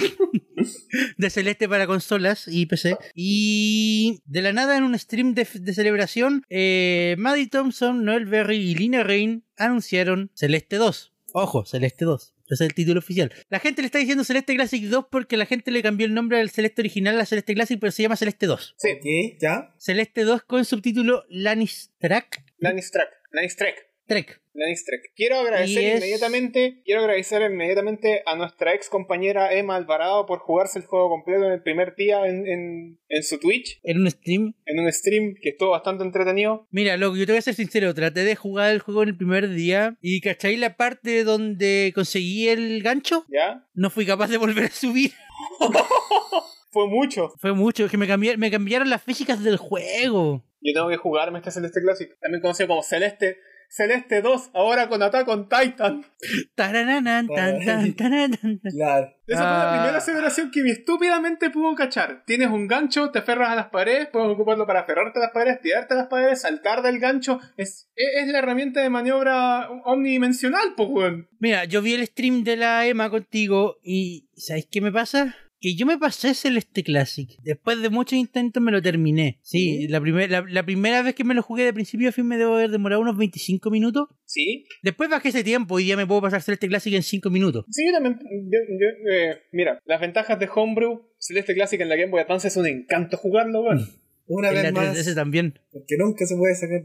de Celeste para consolas y PC. Y de la nada, en un stream de, de celebración, eh, Maddie Thompson, Noel Berry y Lina Rain anunciaron Celeste 2. Ojo, Celeste 2. Ese es el título oficial. La gente le está diciendo Celeste Classic 2 porque la gente le cambió el nombre del Celeste original a Celeste Classic, pero se llama Celeste 2. Sí, Ok, ya. Celeste 2 con subtítulo Lannistrack. Lannis Track, Lannis Track. Trek. Lannis Trek. Quiero agradecer Y es- inmediatamente, quiero agradecer inmediatamente a nuestra ex compañera Emma Alvarado por jugarse el juego completo en el primer día en, en, en su Twitch, en un stream. en un stream que estuvo bastante entretenido. Mira, loco, yo te voy a ser sincero, traté de jugar el juego en el primer día y cachai la parte donde conseguí el gancho, ¿Ya? no fui capaz de volver a subir. (laughs) Fue mucho. Fue mucho, es que me, cambié- me cambiaron las físicas del juego. Yo tengo que jugarme este Celeste Classic, también conocido como Celeste Celeste 2, ahora con Attack on Titan. Tarananan, tan, tan, tarananan. Claro. Esa fue Ah. la primera aseveración que mi estúpidamente pudo cachar. Tienes un gancho, te aferras a las paredes, puedes ocuparlo para aferrarte a las paredes, tirarte a las paredes, saltar del gancho. Es, es, es la herramienta de maniobra omnidimensional, pues, weón. Mira, yo vi el stream de la Emma contigo y ¿sabes qué me pasa? Que yo me pasé Celeste Classic. Después de muchos intentos me lo terminé. Sí, La, primer- la, la primera vez que me lo jugué de principio a fin me debo haber demorado unos 25 minutos. Sí. Después bajé ese tiempo y ya me puedo pasar Celeste Classic en 5 minutos. Sí, yo también. yo- yo, eh, mira, las ventajas de Homebrew, Celeste Clásica en la Game Boy Advance es un encanto jugarlo, weón. Una En vez la más. 3DS también. Porque nunca se puede sacar.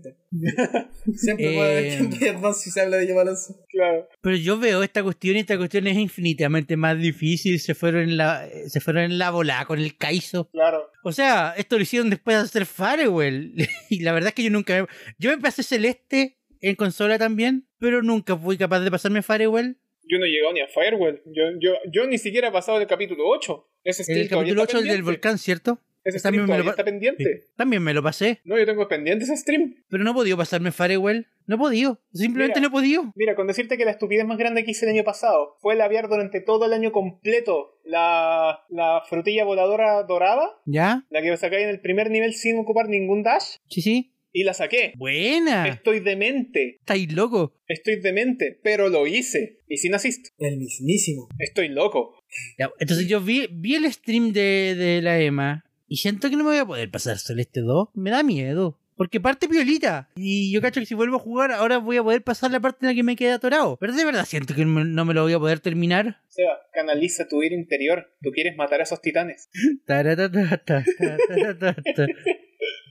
Siempre puede haber Eh. Game Boy Advance si se habla de Game Balance. Claro. Pero yo veo esta cuestión y esta cuestión es infinitamente más difícil. Se fueron en la, eh, se fueron en la volada con el Kaizo. Claro. O sea, esto lo hicieron después de hacer Firewall. (laughs) y la verdad es que yo nunca me... Yo me pasé Celeste en consola también, pero nunca fui capaz de pasarme Firewall. Yo no he llegado ni a Firewall. Yo, yo, yo ni siquiera he pasado del capítulo 8. Ese En stream el todavía capítulo está 8 el del pendiente. volcán, ¿cierto? Ese Esa misma stream todavía me lo pa- está pendiente. También me lo pasé, No, yo tengo pendiente ese stream. pero no he podido pasarme Firewall. No he podido. Simplemente Mira. no he podido. Mira, con decirte que la estupidez más grande que hice el año pasado fue labiar durante todo el año completo la, la frutilla voladora dorada, ¿Ya? la que sacáis en el primer nivel sin ocupar ningún dash, Sí, sí. y la saqué. Buena. Estoy demente, Estáis loco. estoy demente, pero lo hice. Y sin asist, El mismísimo. estoy loco. Ya, entonces yo vi, vi el stream de, de la Emma y siento que no me voy a poder pasar Celeste 2. Me da miedo. Porque parte piolita. Y yo cacho que si vuelvo a jugar, ahora voy a poder pasar la parte en la que me quedé atorado. Pero de verdad siento que no no me lo voy a poder terminar. (laughs) Seba, canaliza tu ira interior. Tú quieres matar a esos titanes. Taratatata, taratatata.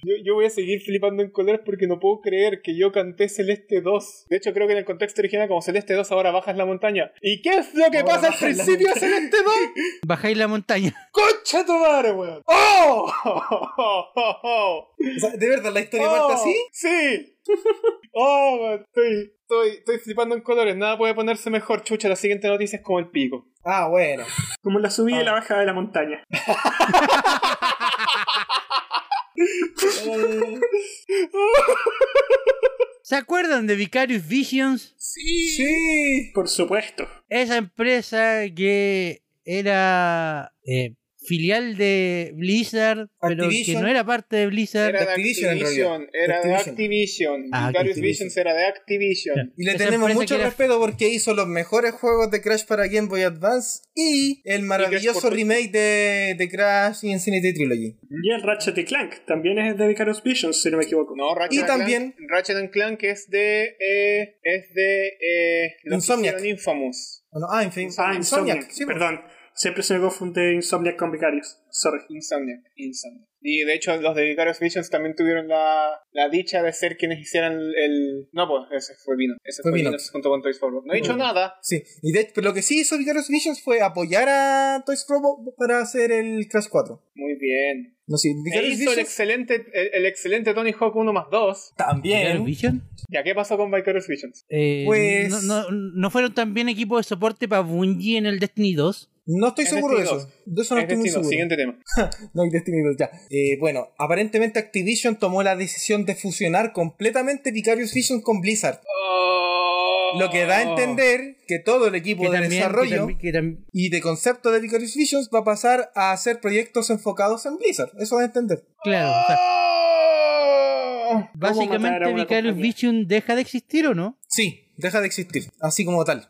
Yo, yo voy a seguir flipando en colores porque no puedo creer que yo canté Celeste 2. De hecho, creo que en el contexto original, como Celeste 2, ahora bajas la montaña. ¿Y qué es lo que Ahora pasa al bajas la principio de Celeste 2? Bajáis la montaña. ¡Concha tu madre, weón! ¡Oh! (laughs) ¡Oh! ¡Oh! ¡Oh! O sea, de verdad, la historia parte así. ¡Sí! (laughs) ¡Oh, weón! Estoy, estoy, estoy flipando en colores. Nada puede ponerse mejor, chucha. La siguiente noticia es como el pico. Ah, bueno. Como la subida Ah. y la bajada de la montaña. Eh, ¿Se acuerdan de Vicarious Visions? sí. Por supuesto. Esa empresa que era eh, filial de Blizzard, pero Activision. que no era parte de Blizzard. Era de Activision, en Activision. realidad. Era de Activision. Activision. Vicarious Ah, Activision. Visions era de Activision. Y le Esa tenemos empresa mucho que era- respeto porque hizo los mejores juegos de Crash para Game Boy Advance y Y el Crash maravilloso por- remake de, de Crash y Infinity Trilogy. Y el Ratchet y Clank también es de Vicarious Visions, si no me equivoco. No, Ratchet Y and también- Clank, Ratchet and Clank es de. eh, es de. Eh, los que Insomniac. hicieron Infamous. ¿O no? Ah, Infin- Ah, Insomniac. sí, pues. Perdón. Siempre se me confunde Insomniac con Vicarious. Sorry. Insomniac, Insomniac. Y de hecho, los de Vicarious Visions también tuvieron la, la dicha de ser quienes hicieran el. No, pues ese fue Vino. Ese Fue fue Vino Vinox. junto con Toys for Bob. No he dicho Mm. nada. Sí, y de, pero lo que sí hizo Vicarious Visions fue apoyar a Toys for Bob para hacer el Crash 4. Muy bien. No sé, E Vicarious hizo el Visions excelente, el, el excelente Tony Hawk 1 más 2. ¿Vicarious también. Vision? ¿Ya qué pasó con Vicarious Visions? Eh, Pues- no, no- no fueron también equipos de soporte para Bungie en el Destiny 2. No estoy Es seguro de Destiny eso. De eso no es estoy muy destino, seguro. siguiente tema. No, y Destiny 2, ya. Eh, bueno, aparentemente Activision tomó la decisión de fusionar completamente Vicarious Visions con Blizzard. Lo que da Oh. a entender que todo el equipo Que de también- que desarrollo también- que tam- y de concepto de Vicarious Visions va a pasar a hacer proyectos enfocados en Blizzard. Eso da a entender. claro, o sea, ¡Oh! matar a básicamente una Vicarious compañía? Vision deja de existir o no. Sí, deja de existir, así como tal.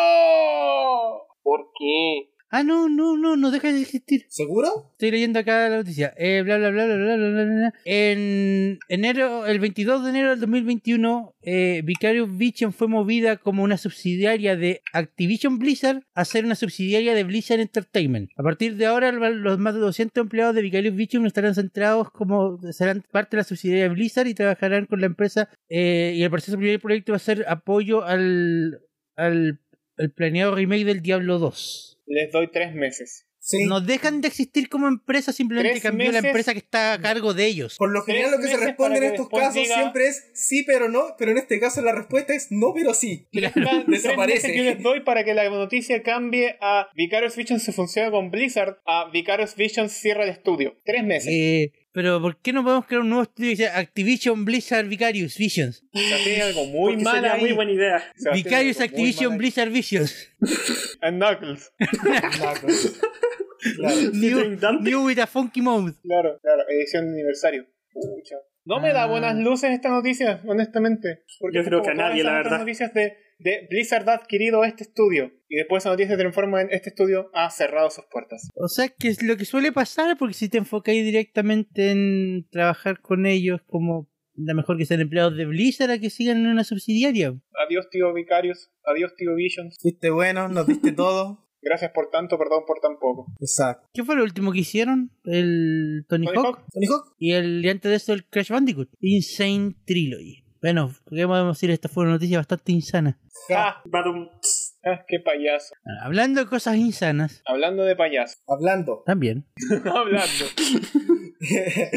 ¡Oh! ¿Por qué? Ah, no, no, no, no deja de existir. ¿Seguro? Estoy leyendo acá la noticia. Eh, bla, bla, bla, bla, bla, bla, bla, bla. En enero, el 22 de enero del 2021, eh, Vicarious Vision fue movida como una subsidiaria de Activision Blizzard a ser una subsidiaria de Blizzard Entertainment. A partir de ahora, el- los más de 200 empleados de Vicarious Vision estarán centrados como serán parte de la subsidiaria de Blizzard y trabajarán con la empresa. eh, y el proceso del primer proyecto va a ser apoyo al, al, al planeado remake del Diablo 2 Les doy tres meses. Sí. no dejan de existir como empresa, simplemente Tres cambió la meses. empresa que está a cargo de ellos. Por lo general Tres lo que se meses responde en para que estos después casos diga- siempre es sí pero no, pero en este caso la respuesta es no pero sí. Plan, tres Desaparece. meses que les doy para que la noticia cambie a Vicarious Vision se funciona con Blizzard a Vicarious Vision cierra el estudio. Tres meses. Eh, Pero ¿por qué no podemos crear un nuevo estudio que sea Activision Blizzard Vicarious Visions? sea, tiene algo muy Porque mal sería ahí. muy buena idea. O sea, tiene Vicarious algo muy Activision mal Blizzard Visions. ahí. And Knuckles. Claro. (laughs) Claro. New, Featuring Dante. new with a funky mode. Claro, claro, edición de aniversario. Pucha. No me da Ah. buenas luces esta noticia, honestamente. Porque Yo es creo como que a nadie, todas la esas otras verdad. noticias de, de Blizzard ha adquirido este estudio. Y después esa noticia se transforma en este estudio ha cerrado sus puertas. O sea, que es lo que suele pasar, porque si te enfocáis directamente en trabajar con ellos como la mejor que sean empleados de Blizzard a que sigan en una subsidiaria. Adiós, tío Vicarius. Adiós, tío Visions. Fuiste bueno, nos (laughs) diste todo. Gracias por tanto, perdón por tan poco. Exacto. ¿Qué fue lo último que hicieron? El Tony, Tony Hawk, Hawk, Tony (laughs) Hawk, y el y antes de eso el Crash Bandicoot. Insane Trilogy. Bueno, ¿qué podemos decir? Esta fue una noticia bastante insana. Ja, Badum. ja, Ah, qué payaso. Hablando de cosas insanas, Hablando de payaso. (laughs) hablando. también. (laughs) Hablando.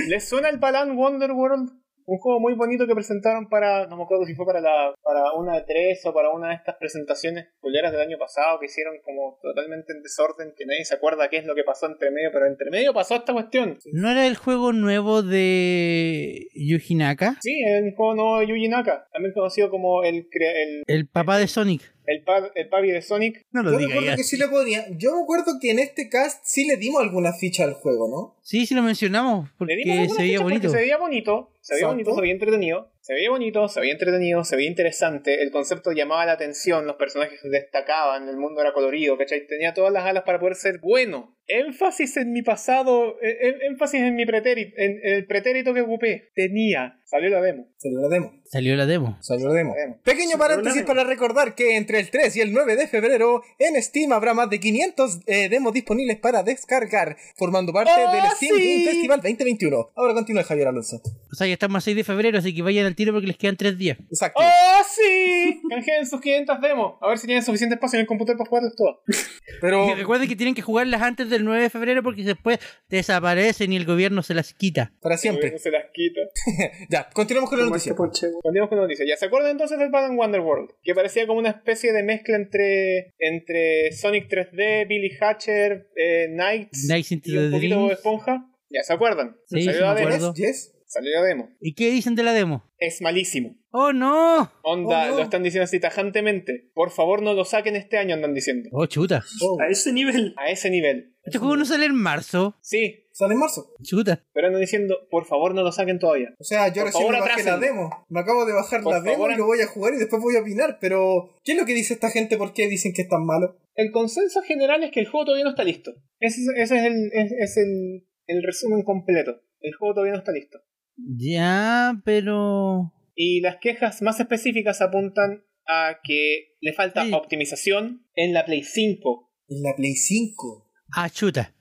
¿Les suena el Balan Wonder World? Un juego muy bonito que presentaron para, no me acuerdo si fue para la para una de tres o para una de estas presentaciones culeras del año pasado que hicieron como totalmente en desorden, que nadie se acuerda qué es lo que pasó entre medio, pero entre medio pasó esta cuestión. ¿No era el juego nuevo de Yuji Naka? Sí, es un juego nuevo de Yuji Naka, también conocido como el cre- el, El papá de Sonic. el, pa- el papi de Sonic. No lo Yo digas recuerdo ya. que sí le ponía. Yo me acuerdo que en este cast sí le dimos alguna ficha al juego, ¿no? Sí, sí lo mencionamos, Le dimos porque algunas se veía fechas porque bonito. Se veía bonito, se veía Exacto. bonito, se veía entretenido. Se veía bonito, se veía entretenido, se veía interesante. El concepto llamaba la atención, los personajes destacaban, el mundo era colorido, ¿cachai? Tenía todas las alas para poder ser bueno. Énfasis en mi pasado, eh, eh, énfasis en mi pretérito, en, en el pretérito que ocupé. Tenía. Salió la demo. Salió la demo. Salió la demo. Salió la demo. La demo. Pequeño paréntesis Eh, demo. para recordar que entre el 3 y el 9 de febrero en Steam habrá más de 500 eh, demos disponibles para descargar, formando parte Ah, ¡Oh, del Steam sí! Game Festival 2021. Ahora continúa Javier Alonso. O sea, ya estamos a 6 de febrero, así que vayan al tiro porque les quedan 3 días. Exacto. Ah. ¡Oh, sí! (laughs) Canjeen sus 500 demos. A ver si tienen suficiente espacio en el computador para jugarlas todas. (laughs) Pero Y recuerden que tienen que jugarlas antes del 9 de febrero porque después desaparecen y el gobierno se las quita. para No siempre. se las quita. Ya, continuamos con la Como este noticia. ponchego. Continuamos con la noticia. Ya se acuerdan entonces del Balan Wonderworld, que parecía como una especie de mezcla entre, entre Sonic 3D, Billy Hatcher, eh, Knights Nice into y the un poquito de Dreams. esponja. Ya se acuerdan. Sí, sí, salió, me la demo. acuerdo. Yes, yes. salió la demo. ¿Y qué dicen de la demo? Es malísimo. ¡Oh, no! Onda, Oh, no. lo están diciendo así tajantemente. Por favor, no lo saquen este año, andan diciendo. ¡Oh, chuta! Oh, A ese nivel. A ese nivel. Este juego no sale en marzo. Sí, sale en marzo. Chuta. pero andan diciendo, por favor, no lo saquen todavía. O sea, yo Por recién favor, me bajé la atrásenlo. demo. Me acabo de bajar Por la demo favor, y lo voy a jugar y después voy a opinar. Pero, ¿qué es lo que dice esta gente? ¿Por qué dicen que es tan malo? El consenso general es que el juego todavía no está listo. Ese, es- ese es, el, es, es el, el resumen completo. El juego todavía no está listo. Ya, pero... Y las quejas más específicas apuntan a que le falta Sí. optimización en la Play 5. En la Play 5. ¡Ah, chuta!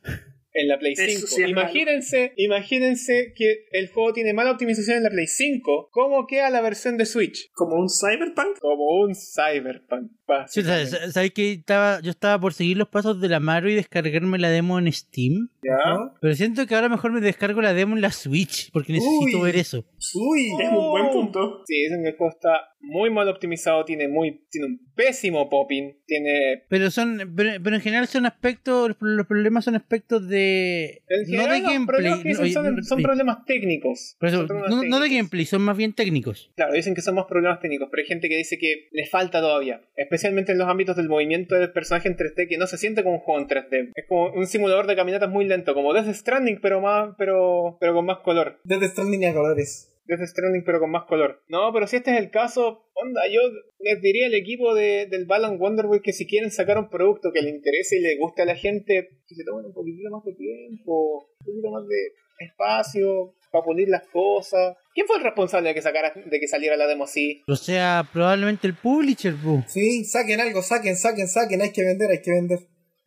En la Play 5. Eso sí es imagínense, imagínense que el juego tiene mala optimización en la Play 5. ¿Cómo queda la versión de Switch? Como un cyberpunk. Como un Cyberpunk. Chuta, básicamente. sa- ¿sabes que estaba, yo estaba por seguir los pasos de la Mario y descargarme la demo en Steam? ¿Ah? Pero siento que ahora mejor me descargo la demo en la Switch, porque necesito Uy. ver eso. Uy, Es un buen Oh. punto. Sí, dicen que el juego está muy mal optimizado, tiene muy tiene un pésimo popping, tiene... Pero son, pero, pero en general son aspectos, los, los problemas son aspectos de En general, no de los problemas que gameplay, dicen oye, son, no- son sí. problemas técnicos. Por eso, Son problemas no, no de técnicos. gameplay, son más bien técnicos. Claro, dicen que son más problemas técnicos, pero hay gente que dice que les falta todavía, especialmente en los ámbitos del movimiento del personaje en 3D, que no se siente como un juego en 3D. Es como un simulador de caminatas muy lento, como Death Stranding, pero más, pero, pero con más color. desde Stranding a colores. Death Stranding, pero con más color. No, pero si este es el caso, onda, yo les diría al equipo de, del Balan Wonderboy que si quieren sacar un producto que le interese y le guste a la gente, que se tomen un poquitito más de tiempo, un poquito más de espacio para pulir las cosas. ¿Quién fue el responsable de que sacara, de que saliera la demo así? O sea, probablemente el publisher, pu. Sí, saquen algo, saquen, saquen, saquen. Hay que vender, hay que vender.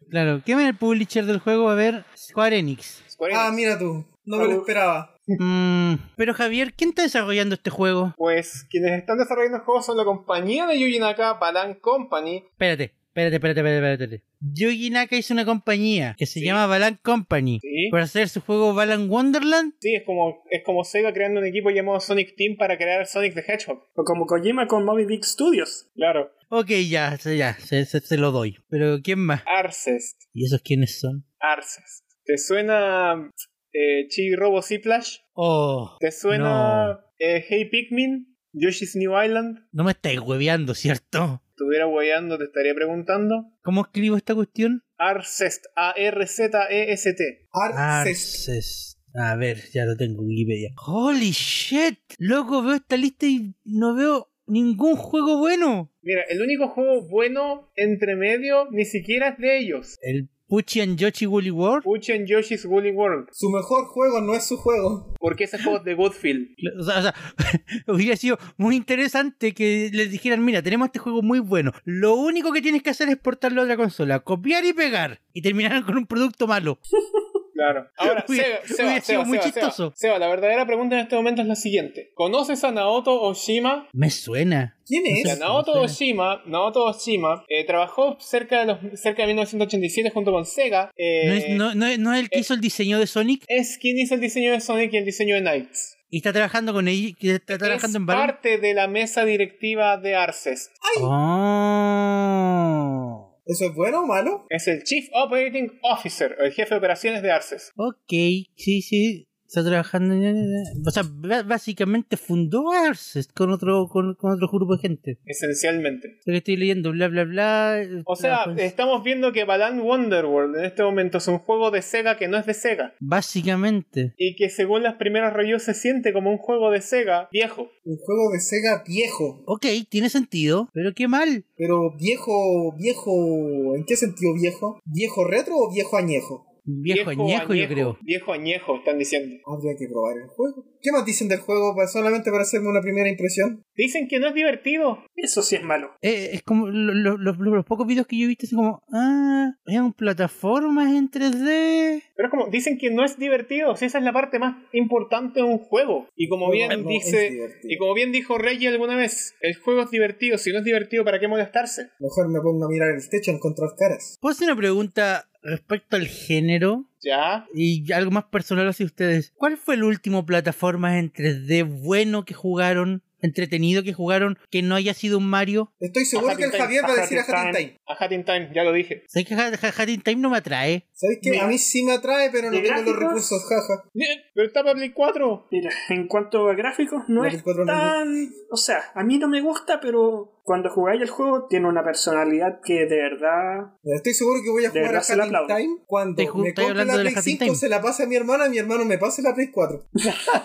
Claro, ¿qué ven el publisher del juego? A ver, Square Enix. Square Enix. Ah, mira tú. No me lo Ah, esperaba. Mm, pero Javier, ¿quién está desarrollando este juego? Pues quienes están desarrollando el juego son la compañía de Yuji Naka, Balan Company. Espérate, espérate, espérate, espérate, espérate. Yuji Naka hizo una compañía que se Sí. llama Balan Company Sí. para hacer su juego Balan Wonderland. Sí, es como, es como Sega creando un equipo llamado Sonic Team para crear Sonic the Hedgehog. O como Kojima con Moby Dick Studios. Claro. Ok, ya, se- ya, se, se- se lo doy. Pero ¿quién más? Arcest. ¿Y esos quiénes son? Arcest. ¿Te suena eh, Chibi Robo Ziplash. Oh, ¿Te suena eh, Hey Pikmin? Yoshi's New Island. no me estáis hueveando, ¿cierto? Estuviera guayando, te estaría preguntando. ¿Cómo escribo esta cuestión? Arcest, E A-R-Z-E-S-T. Arcest. Arces. A ver, ya lo tengo en Wikipedia. ¡Holy shit! Loco, veo esta lista y no veo ningún juego bueno. Mira, el único juego bueno entre medio ni siquiera es de ellos. El Pucci and Yoshi Woolly World. Uchi and Yoshi's Woolly World. Su mejor juego no es su juego. Porque ese juego es de Godfield. O sea, (laughs) o sea, hubiera sido muy interesante que les dijeran, mira, tenemos este juego muy bueno. Lo único que tienes que hacer es portarlo a otra consola, copiar y pegar. Y terminaron con un producto malo. Claro. Ahora, Hubiera- Seba, Seba, hubiera sido Seba, muy Seba, chistoso. Seba, Seba, la verdadera pregunta en este momento es la siguiente. ¿Conoces a Naoto Oshima? Me suena. ¿Quién es? Ya, Sí, Naoto sí. Oshima, Naoto Oshima eh, trabajó cerca de, los, cerca de 1987 junto con Sega. eh, ¿No es, no- no es- no es el que eh. hizo el diseño de Sonic? es quien hizo el diseño de Sonic y el diseño de Knights. ¿Y está trabajando con ella? que ¿Está trabajando es en varios? parte de la mesa directiva de Arcest. Oh. ¿Eso es bueno o malo? Es el Chief Operating Officer, el jefe de operaciones de Arcest. Ok, sí, sí. Está trabajando en... O sea, b- básicamente fundó Arces con otro, con, con otro grupo de gente. Esencialmente. Lo que estoy leyendo, bla, bla, bla. eh, O sea, trabajó en- estamos viendo que Balan Wonderworld en este momento es un juego de Sega que no es de Sega. Básicamente. Y que según las primeras reviews se siente como un juego de Sega viejo. Un juego de Sega viejo. Ok, tiene sentido, pero qué mal. Pero viejo, viejo, ¿en qué sentido viejo? ¿Viejo retro o viejo añejo? Viejo, añejo, yo creo. Viejo añejo, están diciendo. Habría que probar el juego. ¿Qué más dicen del juego pa- solamente para hacerme una primera impresión? Dicen que no es divertido. Eso sí es malo. Eh, es como lo- lo- lo- lo- los pocos videos que yo he visto son como, ah, es un plataformas en 3D. Pero es como, dicen que no es divertido. Si esa es la parte más importante de un juego. Y como No, bien no es dice. divertido. Y como bien dijo Reggie alguna vez, el juego es divertido. Si no es divertido, ¿para qué molestarse? Mejor me pongo a mirar el techo a encontrar caras. Puedo hacer una pregunta respecto al género Ya. y algo más personal hacia ustedes. ¿Cuál fue el último plataformas en 3D bueno que jugaron, entretenido que jugaron, que no haya sido un Mario? Estoy seguro Ajá, que el Tintain, Javier va a ajá, decir a Hat in Tintain. Time. A Hat in Time, ya lo dije. Sé que Ha- Ha- Hat in Time no me atrae. ¿Sabéis qué? Mira. A mí sí me atrae, pero no ¿Y tengo los gráficos? recursos, jaja. Pero está para Play 4. Mira, en cuanto a gráficos, no La es Play 4 no tan. O sea, a mí no me gusta, pero cuando jugáis el juego tiene una personalidad que de verdad. Mira, Estoy seguro que voy a De jugar a verdad se la Hat in aplaudo. Time cuando Te ju- me estoy compre hablando la de la Play Hat in 5, Time. se la pase a mi hermana, mi hermano me pase la Play (laughs) 4.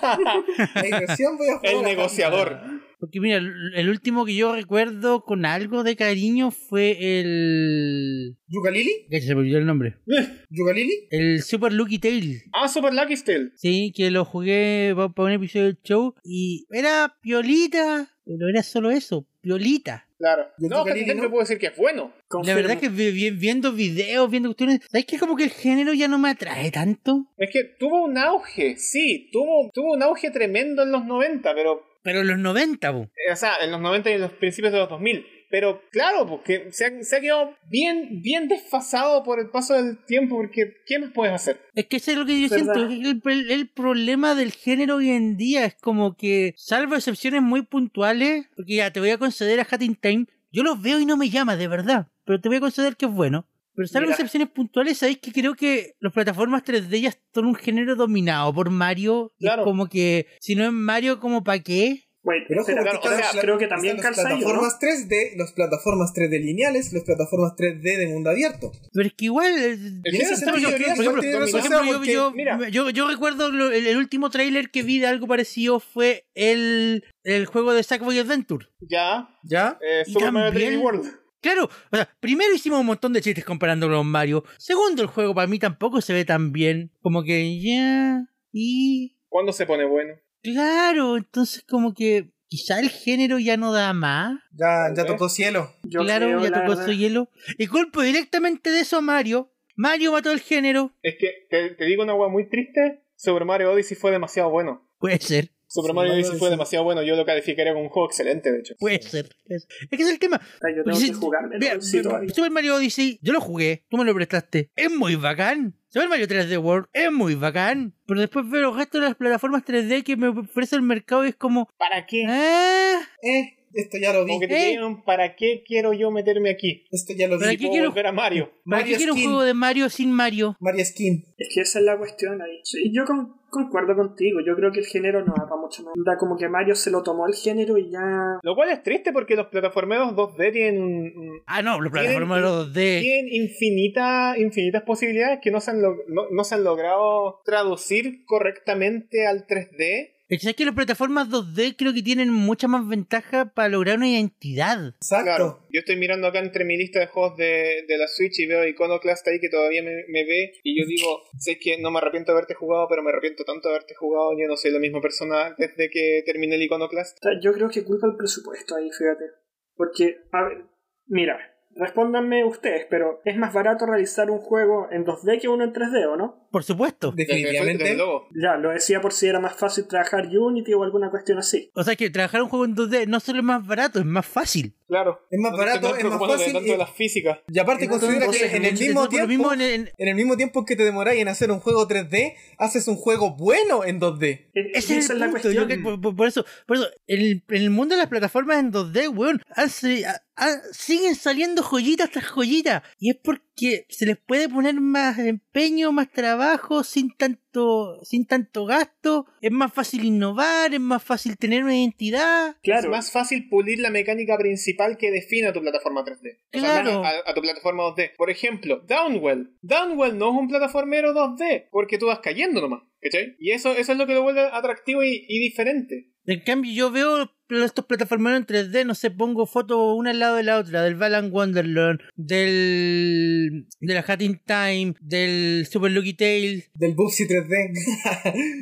Ahí recién voy a jugar El a Hat in negociador. Porque mira, el el último que yo recuerdo con algo de cariño fue el... Time. ¿Yugalili? que se me olvidó el nombre. ¿Yugalili? El Super Lucky Tail. (laughs) Ah, Super Lucky Tale. Sí, que lo jugué para un episodio del show y era piolita, pero era solo eso, piolita. Claro. ¿Y el No, Hat in Dugalini Time no? te puedo decir que es bueno. La Confirmo. verdad es que vi- vi- viendo videos, viendo cuestiones, ¿sabes que como que el género ya no me atrae tanto? Es que tuvo un auge, sí, tuvo, tuvo un auge tremendo en los 90, pero Pero en los 90, po. Eh, o sea, en los 90 y en los principios de los 2000. Pero claro, porque se ha, se ha quedado bien, bien desfasado por el paso del tiempo, porque ¿qué más puedes hacer? Es que eso es lo que yo ¿Verdad? siento, es que el, el problema del género hoy en día es como que, salvo excepciones muy puntuales, porque ya te voy a conceder a Hat in Time, yo los veo y no me llama, de verdad, pero te voy a conceder que es bueno. Pero salvo Mira. excepciones puntuales, sabéis que creo que las plataformas 3D ya son un género dominado por Mario. y es Claro. como que, si no es Mario, como para qué. Wait, Pero ojo, espera, claro, porque o espera, sea, están las- creo que también están las calza yo, ¿no? plataformas 3D, las plataformas 3D lineales, las plataformas 3D de mundo abierto. Pero es que igual. eh, El Y en ese género está sentido, yo dominado, creo que por ejemplo, tiene Por razón, dominado. o sea, ejemplo, yo, porque- yo, mira. yo- yo recuerdo lo- el, el último tráiler que vi de algo parecido fue el, el juego de Sackboy Adventure. Ya, ¿Ya? eh, Y Super Mario 3D también- World. Claro, o sea, primero hicimos un montón de chistes comparándolo con Mario. Segundo, el juego para mí tampoco se ve tan bien. Como que ya. y. ¿Cuándo se pone bueno? Claro, entonces como que quizá el género ya no da más. Ya, ya ¿Eh? tocó cielo. Yo creo, claro, ya la tocó verdad. su hielo. Y culpo directamente de eso a Mario. Mario mató el género. Es que te, te digo una hueá muy triste, Super Mario Odyssey fue demasiado bueno. Puede ser, Super Mario Super Mario Odyssey fue Odyssey. Pues, demasiado bueno, yo lo calificaría como un juego excelente, de hecho. puede ser. Es es que es el tema. O sea, yo tengo Porque que si- jugarme, vea, ¿no? Sí, todavía. Super Mario Odyssey, yo lo jugué, tú me lo prestaste. Es muy bacán. Super Mario 3D World es muy bacán. Pero después veo el resto de las plataformas 3D que me ofrece el mercado y es como, ¿Para qué? ah, Eh, Esto ya lo vi. Como que te ¿Eh? digan, ¿para qué quiero yo meterme aquí? Esto ya lo Si ¿Para vi. qué puedo quiero- volver a Mario. ¿Para qué Mario quiero un Skin. juego de Mario sin Mario? Mario Skin. Es que esa es la cuestión ahí. Sí, yo con- concuerdo contigo. Yo creo que el género no da para mucho más. Da como que Mario se lo tomó el género y ya. Lo cual es triste porque los plataformeros 2D tienen, un- un- Ah, no, los Tienen- plataformas de... tienen infinita, infinitas posibilidades que no se, han log- no- no se han logrado traducir correctamente al 3D. Es que las plataformas 2D creo que tienen mucha más ventaja para lograr una identidad. Exacto. Claro, yo estoy mirando acá entre mi lista de juegos de, de la Switch y veo Iconoclast ahí que todavía me, me ve y yo digo, sé que no me arrepiento de haberte jugado, pero me arrepiento tanto de haberte jugado, yo no soy la misma persona desde que terminé el Iconoclast. O sea, yo creo que culpa el presupuesto ahí, fíjate. Porque, a ver, mira, respóndanme ustedes, pero ¿es más barato realizar un juego en 2D que uno en 3D o no? Por supuesto. Desde- desde- desde Definitivamente. luego. Ya, lo decía por si era más fácil trabajar Unity o alguna cuestión así. O sea que trabajar un juego en 2D no solo es más barato, es más fácil. Claro. Es más barato, te estás es más preocupando de fácil tanto y- de las físicas. Y aparte Entonces, considera entonces, que en el Es- mismo es lo tiempo. mismo en- en- En el mismo tiempo que te demoráis en hacer un juego 3D, haces un juego bueno en 2D. E- ese es esa el es la punto, yo cuestión. que- por, por- por eso, por eso en, el, en el mundo de las plataformas en 2D, weón, hace- a- a- siguen saliendo joyitas tras joyitas. Y es porque se les puede poner más empeño, más trabajo, sin tanto, sin tanto gasto. Es más fácil innovar, es más fácil tener una identidad. Claro, Es más fácil pulir la mecánica principal que defina tu plataforma 3D. O sea, Claro. a, a tu plataforma 2D. Por ejemplo, Downwell. Downwell no es un plataformero 2D, porque tú vas cayendo nomás. ¿Cachai? Y eso, eso es lo que lo vuelve atractivo y- y diferente. (laughs) En cambio, yo veo estos plataformeros en 3D, no sé, pongo fotos una al lado de la otra, del Balan Wonderland, del. de la Hat in Time, del Super Lucky Tail, Del Bubsy 3D.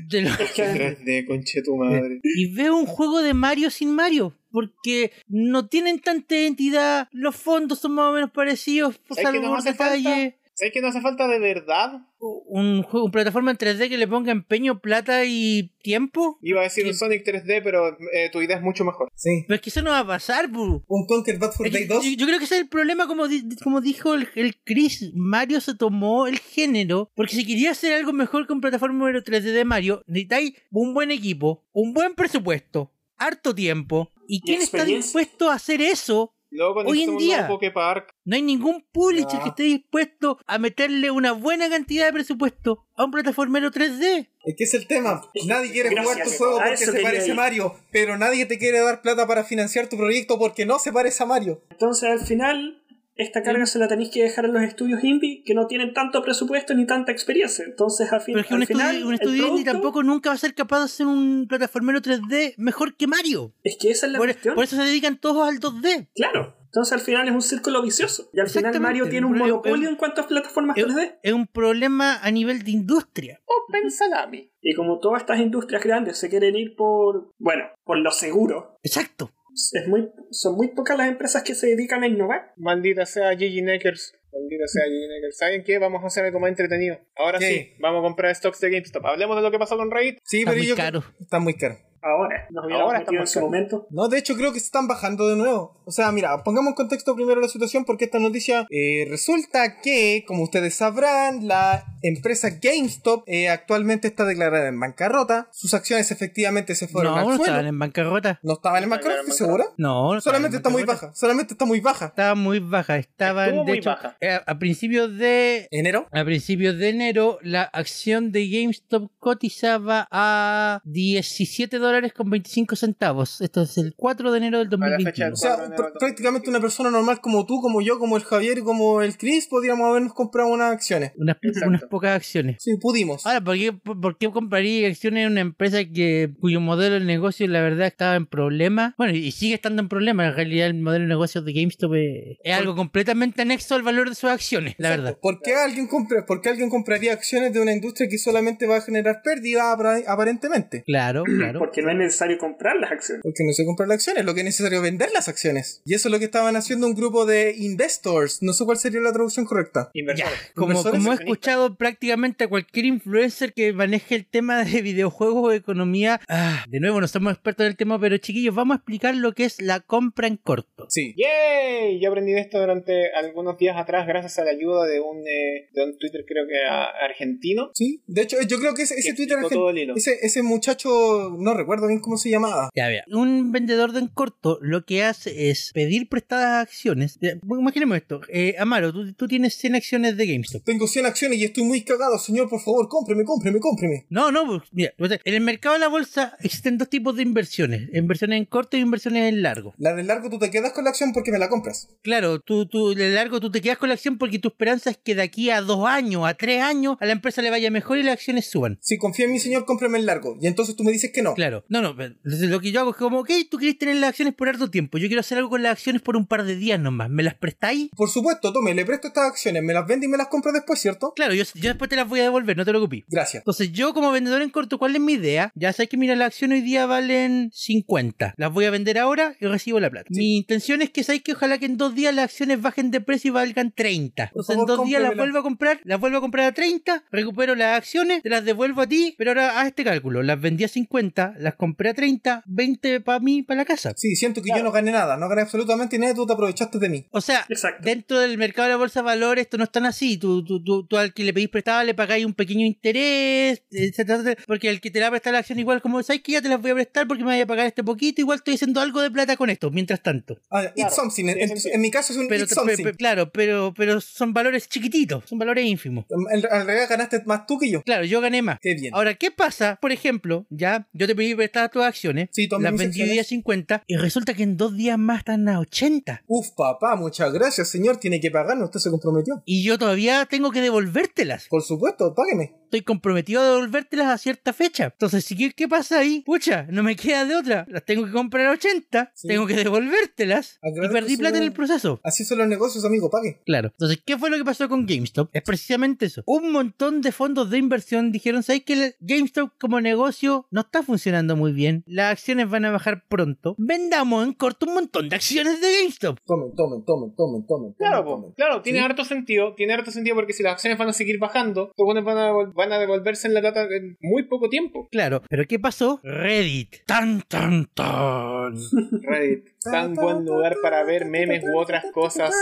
del- es que 3D, conche tu madre. y veo un juego de Mario sin Mario, porque no tienen tanta identidad, los fondos son más o menos parecidos, pues, por ¿Sabes qué salvo nos por hace detalle. ¿Sabes que no hace falta de verdad? Un juego, un plataforma en 3D que le ponga empeño, plata y tiempo. Iba a decir Sí. un Sonic 3D, pero eh, tu idea es mucho mejor. (laughs) sí. Pero es pues, que eso no va a pasar, bu. Un Conquer Bad for Es que Day yo, 2. yo creo que ese es el problema, como, di- como dijo el, el Chris. Mario se tomó el género porque si quería hacer algo mejor que un plataforma 3D de Mario, necesitáis un buen equipo, un buen presupuesto, harto tiempo. ¿Y quién está experiencia. dispuesto a hacer eso? Luego Hoy en necesitamos un día. nuevo Poképark. No hay ningún publisher No. que esté dispuesto a meterle una buena cantidad de presupuesto a un plataformero 3D. Es que es el tema. Nadie quiere Gracias. jugar tu juego A porque eso se quería parece a ir. Mario, pero nadie te quiere dar plata para financiar tu proyecto porque no se parece a Mario. entonces al final esta carga se la tenéis que dejar en los estudios indie que no tienen tanto presupuesto ni tanta experiencia. Entonces al, fin, Pero es que al un final estudio, un el estudio indie producto- tampoco nunca va a ser capaz de hacer un plataformero 3D mejor que Mario. Es que esa es la Por- e-, cuestión. por eso se dedican todos al 2D. Claro. Entonces al final es un círculo vicioso. Y al final Exactamente. Mario tiene un Pero es- monopolio es- en cuanto a plataformas es, 3D. es un problema a nivel de industria. Open Salami. Y como todas estas industrias grandes se quieren ir por, bueno, por lo seguro. Exacto. Es muy, son muy pocas las empresas que se dedican a innovar. Maldita sea Gigi Neckers. Maldita sea Gigi Neckers. ¿Saben qué? Vamos a hacer algo más entretenido. Ahora ¿Qué? sí, vamos a comprar stocks de GameStop. Hablemos de lo que pasó con Reddit. Sí, Está pero muy yo. caro. Está muy caro. Ahora, nos hubiéramos Ahora metido en estamos su acá. momento. No, de hecho creo que se están bajando de nuevo. O sea, mira, pongamos en contexto primero la situación porque esta noticia eh, resulta que, como ustedes sabrán, la empresa GameStop eh, actualmente está declarada en bancarrota. Sus acciones efectivamente se fueron No, al no suelo. estaban en bancarrota. No estaban en No estaban bancarrota, en ¿estás bancarrota. segura? No, no Solamente está estaban en muy bancarrota. baja, solamente está muy baja. Estaba muy baja. Estaban, Estuvo de muy hecho, baja. eh, a principios de. ¿Enero? A principios de enero, la acción de GameStop cotizaba a 17 dólares con 25 centavos. Esto es el 4 de enero del A la fecha 2021. del O sea, Cuatro de pr- enero. prácticamente una persona normal como tú, como yo, como el Javier y como el Chris, podríamos habernos comprado unas acciones. Unas, Exacto. unas pocas acciones. Sí, pudimos. Ahora, ¿por qué, por, por qué compraría acciones en una empresa que cuyo modelo de negocio la verdad estaba en problemas? Bueno, y sigue estando en problemas. En realidad el modelo de negocio de GameStop es, es algo completamente anexo al valor de sus acciones, la verdad. ¿Por qué, alguien compra, ¿Por qué alguien compraría acciones de una industria que solamente va a generar pérdida apra- aparentemente? Claro, claro. Porque no es necesario comprar las acciones. Porque no se compran las acciones, lo que es necesario es vender las acciones. Y eso es lo que estaban haciendo un grupo de investors. No sé cuál sería la traducción correcta. Inversores. Como, Inversores como he accionistas. escuchado prácticamente a cualquier influencer que maneje el tema de videojuegos o economía. Ah, de nuevo, no somos expertos en el tema, pero chiquillos, vamos a explicar lo que es la compra en corto. Sí. ¡Yay! Yo aprendí de esto durante algunos días atrás gracias a la ayuda de un, eh, de un Twitter, creo que a- argentino. Sí, de hecho, yo creo que ese, ese que Twitter explicó argen- todo el hilo. ese, ese muchacho, no recuerdo bien cómo se llamaba. Ya vea. Un vendedor de en corto lo que hace es pedir prestadas acciones. Ya, bueno, Imaginemos esto. Eh, Amaro, tú, tú tienes 100 acciones de GameStop. Tengo 100 acciones y estoy muy cagado, señor, por favor, cómpreme, cómpreme, cómpreme. No, no, pues, mira, o sea, en el mercado de la bolsa existen dos tipos de inversiones, inversiones en corto y inversiones en largo. La del largo tú te quedas con la acción porque me la compras. Claro, tú, tú, en el largo tú te quedas con la acción porque tu esperanza es que de aquí a dos años, a tres años, a la empresa le vaya mejor y las acciones suban. Si confía en mí, señor, cómprame el largo. Y entonces tú me dices que no. Claro, no, no, pero entonces lo que yo hago es como, ok, tú quieres tener las acciones por harto tiempo, yo quiero hacer algo con las acciones por un par de días nomás, ¿me las prestáis? Por supuesto, tome, le presto estas acciones, me las vende y me las compra después, ¿cierto? Claro, yo, yo después te las voy a devolver, no te preocupes. Gracias. Entonces, yo como vendedor en corto, ¿cuál es mi idea? Ya sabes que, mira, la acción hoy día valen 50. Las voy a vender ahora y recibo la plata. Mi intención es que sabéis que ojalá que en dos días las acciones bajen de precio y valgan 30. Por Entonces, en favor, dos días las cómpremela. vuelvo a comprar, las vuelvo a comprar a 30, recupero las acciones, te las devuelvo a ti, pero ahora haz este cálculo. Las vendí a 50, las compré a 30, 20 para mí, para la casa. Sí, siento que yo no gané nada, no gané absolutamente nada, tú te aprovechaste de mí. O sea, Exacto. dentro del mercado de la bolsa de valores esto no es tan así. Tú, tú, tú, tú al que le pedís prestado le pagáis un pequeño interés, etcétera, etcétera. Porque el que te la va a prestar la acción igual, como sabes que ya te las voy a prestar porque me vaya a pagar este poquito, igual estoy haciendo algo de plata con esto, mientras tanto. Ah, it's Claro, something, en, tiene en- sentido. en mi caso es un Pero, it's something. pe- pe- claro, pero, pero son valores chiquititos, son valores ínfimos. En- Al revés, ganaste más tú que yo. Claro, yo gané más. Qué bien. Ahora, ¿qué pasa? Por ejemplo, ya yo te pedí prestadas tus acciones, Sí, tomé las mis vendí hoy día acciones. 50 y resulta que en dos días más están a 80. Uf, papá, muchas gracias, señor, tiene que pagarnos, usted se comprometió. Y yo todavía tengo que devolvértelas. Por supuesto, págueme. estoy comprometido a devolvértelas a cierta fecha. Entonces, si qué, qué pasa ahí, pucha, no me queda de otra. Las tengo que comprar a 80, Sí. tengo que devolvértelas y Agradezco perdí su- plata en el proceso. Así son los negocios, amigo, pague. Claro. Entonces, ¿qué fue lo que pasó con GameStop? Es precisamente eso. Un montón de fondos de inversión dijeron, ¿sabes que el GameStop como negocio no está funcionando muy bien? Las acciones van a bajar pronto. Vendamos en corto un montón de acciones de GameStop. Tomen, tomen, tomen, tomen, tomen. Claro, tomen, po, tomen. claro, tiene Sí. harto sentido, tiene harto sentido porque si las acciones van a seguir bajando, los buenos van a, devol- van a devolverse en la plata en muy poco tiempo. Claro, pero ¿qué pasó? Reddit. Tan, tan, tan. Reddit, tan buen lugar para ver memes u otras cosas.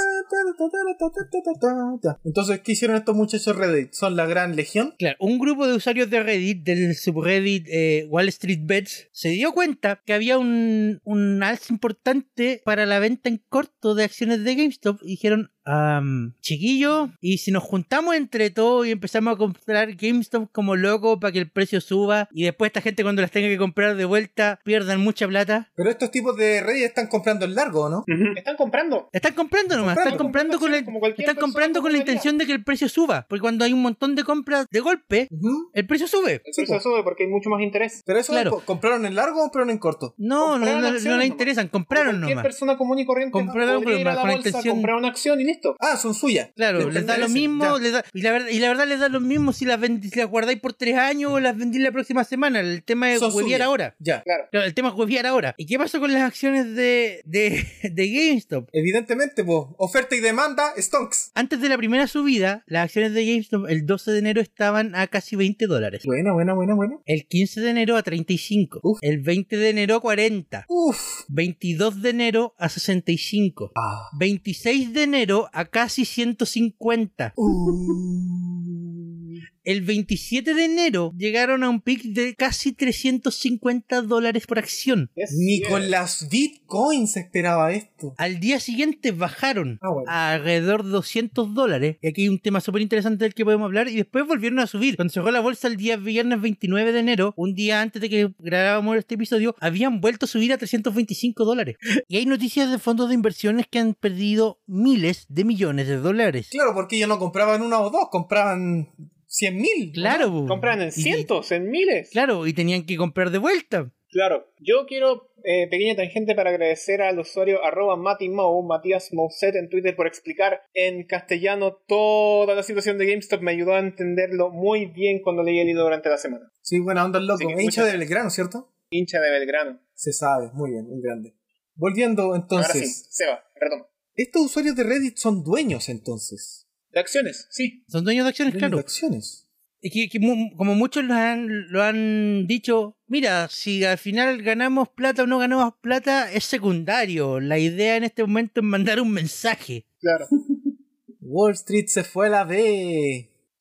Entonces, ¿qué hicieron estos muchachos Reddit? ¿Son la gran legión? Claro, un grupo de usuarios de Reddit, del subreddit eh, Wall Street Bets, se dio cuenta que había un, un alza importante para la venta en corto de acciones de GameStop y dijeron, "Am, chiquillo, y si nos juntamos entre todos y empezamos a comprar GameStop como loco para que el precio suba y después esta gente cuando las tenga que comprar de vuelta pierdan mucha plata. Pero estos tipos de Reddit están comprando el largo, ¿no? Ujú. Están comprando. Están comprando nomás, están Comprando, comprando con el, como cualquier están persona comprando con la compraría. intención de que el precio suba, porque cuando hay un montón de compras de golpe, Ujú. el precio sube. El Sí, precio sube porque hay mucho más interés. Pero eso, Claro. co- ¿compraron en largo o compraron en corto? No, no, no, Compraron no acciones le nomás. interesan, compraron Cualquier nomás. persona común y corriente Compraron podría ir a la con la bolsa, intención- comprar una acción y listo. Ah, son suyas. Claro, Les les da lo pertenecen, mismo, ya. les da- y, la verdad, y la verdad les da lo mismo si las, vend- si las guardáis por tres años o las vendís la próxima semana. El tema es Son hueviar suyas. ahora. Ya. Claro, el tema es hueviar ahora. ¿Y qué pasó con las acciones de, de, (laughs) de GameStop? Evidentemente, pues, oferta y demanda, stonks. Antes de la primera subida, las acciones de GameStop el 12 de enero estaban a casi 20 dólares. Buena, buena, buena, buena. El 15 de enero a 35. Uf. El 20 de enero a 40. Uf. 22 de enero a 65. (laughs) Ah. 26 de enero a casi 150. Uh. El 27 de enero llegaron a un pic de casi 350 dólares por acción. Yes, Ni yes. con las bitcoins esperaba esto. Al día siguiente bajaron Ah, bueno. a alrededor de 200 dólares. Y aquí hay un tema súper interesante del que podemos hablar. Y después volvieron a subir. Cuando cerró la bolsa el día viernes 29 de enero, un día antes de que grabáramos este episodio, habían vuelto a subir a 325 dólares. Y hay noticias de fondos de inversiones que han perdido miles de millones de dólares. Claro, porque ellos no compraban una o dos, compraban cien mil. Claro. bu. Compran en Y- y- cientos, en miles. Claro, y tenían que comprar de vuelta. Claro, yo quiero eh, pequeña tangente para agradecer al usuario arroba MatiMou, Matías Mouset en Twitter por explicar en castellano toda la situación de GameStop. Me ayudó a entenderlo muy bien cuando leí el hilo durante la semana. Sí, buena onda el Sí, loco. Es hincha muchas- de Belgrano, ¿cierto? Hincha de Belgrano. Se sabe, muy bien, muy grande. Volviendo Ahora sí, entonces, Seba, retoma. estos usuarios de Reddit son dueños entonces. De acciones, sí. Son dueños de acciones, Dueños de claro. acciones. Y que, que mu- como muchos lo han, lo han dicho, mira, si al final ganamos plata o no ganamos plata, es secundario. La idea en este momento es mandar un mensaje. (laughs) Claro. Wall Street se fue a la B.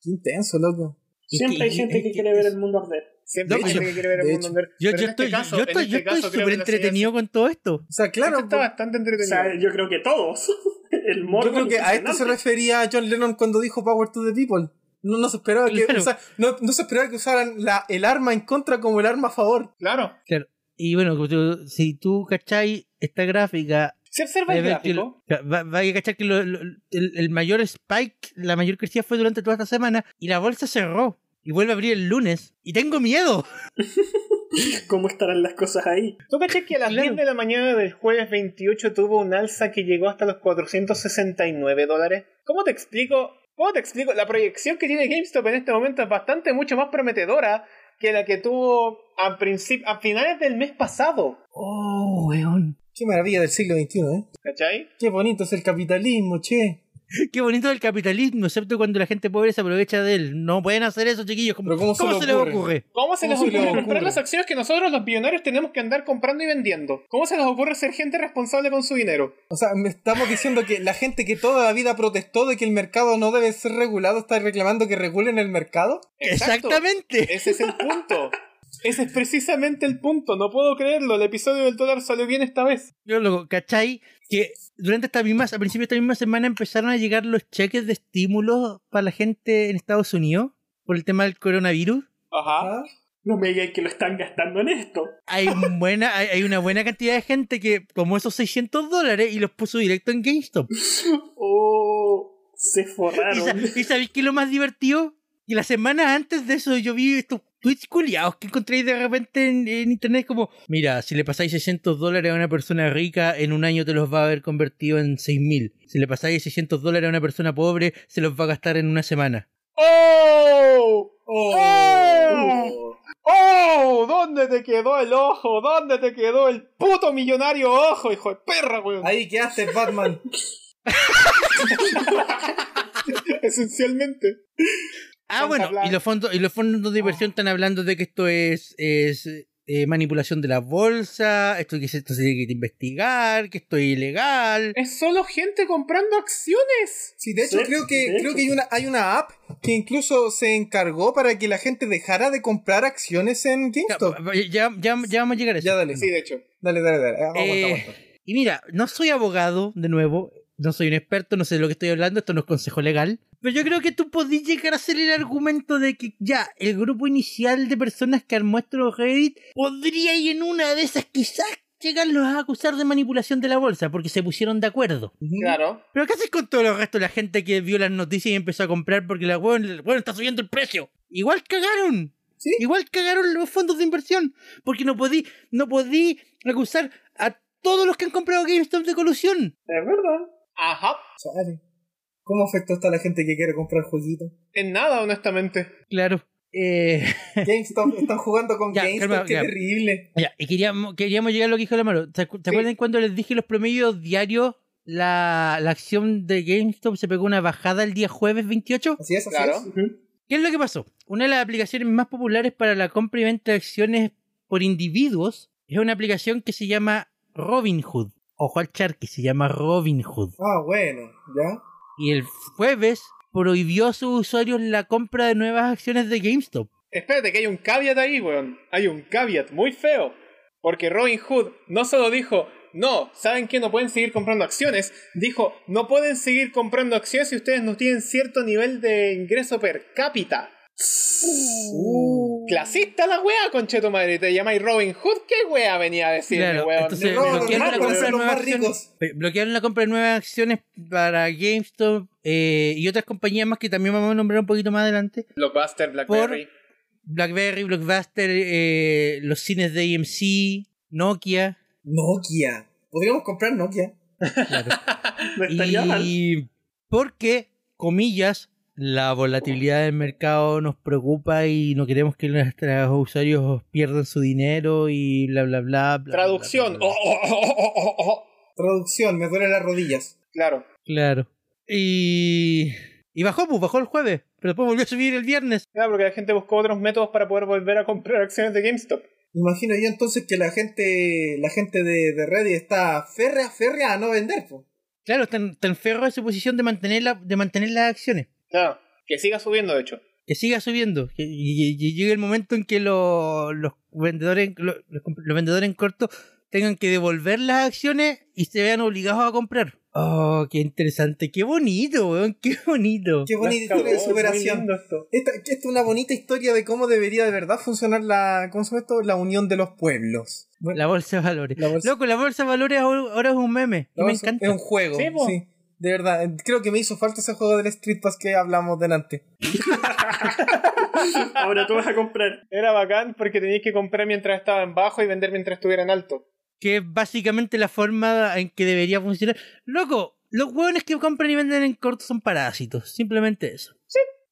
Qué intenso, loco. Siempre hay Y- y- gente y- que y- quiere ver el mundo arder. Siempre No, hay gente yo- que quiere ver el de mundo hecho, andar. Yo, Pero yo en este estoy, caso- yo en estoy, yo este estoy caso creo súper que la entretenido con todo esto. O sea, serie- claro. pues, Esto está bastante O entretenido. sea, yo creo que todos. (laughs) el morbo. Yo creo que a esto se impresionante. refería John Lennon cuando dijo Power to the People. No, no se esperaba que Claro. usa- no, no se esperaba que usaran la, el arma en contra como el arma a favor. Claro. Y bueno, como tú- si tú cacháis esta gráfica, Se observa vais a el ver que gráfico. lo- va- vais a cachar que lo- lo- el, el mayor spike, la mayor crecida fue durante toda esta semana y la bolsa cerró y vuelve a abrir el lunes. Y tengo miedo. ¿Cómo estarán las cosas ahí? ¿Tú cachas que a las Claro. 10 de la mañana del jueves 28 tuvo un alza que llegó hasta los 469 dólares? ¿Cómo te explico? ¿Cómo te explico? La proyección que tiene GameStop en este momento es bastante mucho más prometedora que la que tuvo a, princip- a finales del mes pasado. Oh, weón. Qué maravilla del siglo XXI, ¿eh? ¿Cachai? Qué bonito es el capitalismo, che. Qué bonito el capitalismo, excepto cuando la gente pobre se aprovecha de él. No pueden hacer eso, chiquillos. ¿Cómo, Pero ¿cómo se le les ocurre? ocurre? ¿Cómo se les ¿Cómo se les ocurre ocurre? comprar las acciones que nosotros los billonarios tenemos que andar comprando y vendiendo? ¿Cómo se les ocurre ser gente responsable con su dinero? O sea, me estamos diciendo que la gente que toda la vida protestó de que el mercado no debe ser regulado está reclamando que regulen el mercado. Exacto. Exactamente. Ese es el punto. Ese es precisamente el punto. No puedo creerlo. El episodio del dólar salió bien esta vez. Yo luego, ¿cachai? Que durante esta misma, a principio de esta misma semana empezaron a llegar los cheques de estímulos para la gente en Estados Unidos por el tema del coronavirus. Ajá. Ah, No me digan que lo están gastando (laughs) en esto. Hay, un buena, hay, hay una buena cantidad de gente que tomó esos 600 dólares y los puso directo en GameStop. Oh, se ¿Y, (laughs) forraron. sa- y sabéis qué es lo más divertido? Que la semana antes de eso yo vi estos tweets culiados que encontréis de repente en, en internet como, mira, si le pasáis 600 dólares a una persona rica, en un año te los va a haber convertido en 6.000. Si le pasáis 600 dólares a una persona pobre, se los va a gastar en una semana. ¡Oh! Oh. Uh, ¡Oh! ¡Oh! ¿Dónde te quedó el ojo? ¿Dónde te quedó el puto millonario ojo, hijo de perra, weón? Ahí quedaste, Batman. Esencialmente. Ah, Santa bueno, Blanca. y los, fondos, y los fondos de inversión están hablando de que esto es, es eh, manipulación de la bolsa, esto que se- esto se tiene que investigar, que esto es ilegal. Es solo gente comprando acciones. Sí, de hecho Sí, creo que de creo hecho. que hay una hay una app que incluso se encargó para que la gente dejara de comprar acciones en Ya, GameStop. ya, ya, ya vamos a llegar a eso. Ya dale. Sí, de hecho. Dale, dale, dale. Ah, aguanta, Eh, aguanta. Y mira, no soy abogado, de nuevo, no soy un experto, no sé de lo que estoy hablando, esto no es consejo legal. Pero yo creo que tú podías llegar a hacer el argumento de que ya, el grupo inicial de personas que armó este Reddit podría y en una de esas quizás llegarlos a acusar de manipulación de la bolsa porque se pusieron de acuerdo. Ujú. Claro. Pero ¿qué haces con todo el resto de la gente que vio las noticias y empezó a comprar porque la weón, el weón está subiendo el precio? Igual cagaron. Sí. Igual cagaron los fondos de inversión. Porque no podí, no podí acusar a todos los que han comprado GameStop de colusión. Es verdad. Ajá. Chale. ¿Cómo afectó esto a la gente que quiere comprar jueguitos? En nada, honestamente. Claro. Eh, GameStop, están jugando con Ya, GameStop, calma, qué ya. terrible. (laughs) ya, y queríamos, queríamos llegar a lo que dijo la mano. ¿Te, acu- Sí. te acuerdan cuando les dije los promedios diarios? La, la acción de GameStop se pegó una bajada el día jueves 28. Así es, así Claro. es. Ujú. ¿Qué es lo que pasó? Una de las aplicaciones más populares para la compra y venta de acciones por individuos es una aplicación que se llama Robinhood. Ojo al charqui, se llama Robinhood. Ah, bueno, ya. Y el jueves prohibió a sus usuarios la compra de nuevas acciones de GameStop. Espérate, que hay un caveat ahí, weón. Hay un caveat muy feo. Porque Robin Hood no solo dijo, no, ¿saben qué? No pueden seguir comprando acciones. Dijo, no pueden seguir comprando acciones si ustedes no tienen cierto nivel de ingreso per cápita. Uh. Uh, Clasista la wea, concheto madre. Te llamáis Robin Hood. ¿Qué wea venía a decirme, Claro, weón? entonces roban los bloquearon la ricos, compra de son los nuevas más acciones. ricos. eh, bloquearon la compra de nuevas acciones para GameStop eh, y otras compañías más que también vamos a nombrar un poquito más adelante. Blockbuster, Blackberry. BlackBerry, Blockbuster, eh, los cines de AMC, Nokia. Nokia. Podríamos comprar Nokia. No estaría mal. Y porque, comillas, la volatilidad del mercado nos preocupa y no queremos que nuestros usuarios pierdan su dinero y bla, bla, bla. bla, Traducción. bla, bla, bla. Oh, oh, oh, oh, oh, oh, oh. Traducción, me duelen las rodillas. Claro. Claro. Y Y bajó, pues bajó el jueves, pero después volvió a subir el viernes. Claro, porque la gente buscó otros métodos para poder volver a comprar acciones de GameStop. Imagino yo entonces que la gente, la gente de, de Reddit está férrea, férrea a no vender, po. Claro, tan, tan ferro de su posición de mantener, la, de mantener las acciones. Claro, que siga subiendo, de hecho. Que siga subiendo. que- Y, y- y llegue el momento en que lo- los vendedores lo- los, comp- los vendedores en corto tengan que devolver las acciones y se vean obligados a comprar. Oh, qué interesante, qué bonito, weón, qué bonito. Qué bonita Las historia cagó, de muy superación. lindo esto. Esta, esta es una bonita historia de cómo debería de verdad funcionar la, ¿cómo se llama esto? La unión de los pueblos. Bueno, La bolsa de valores. la bolsa- Loco, la bolsa de valores ahora ahora es un meme. y la me bolsa- encanta. Es un juego. Sí, po. sí. De verdad, eh, creo que me hizo falta ese juego del Street Pass que hablamos delante. Ahora tú vas a comprar. Era bacán porque tenías que comprar mientras estaba en bajo y vender mientras estuviera en alto. que es básicamente la forma en que debería funcionar. Loco, los hueones que compran y venden en corto son parásitos, simplemente eso.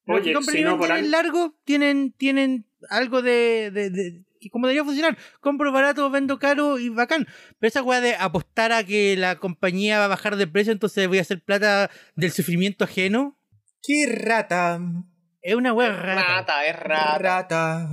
Los que Oye, compran si y no venden por en algo. largo tienen, tienen algo de, de, de- que como debería funcionar. Compro barato, vendo caro y bacán. Pero esa hueá de apostar a que la compañía va a bajar de precio, entonces voy a hacer plata del sufrimiento ajeno, ¡Qué rata! es una hueá rara. Rata, es rata. Rata.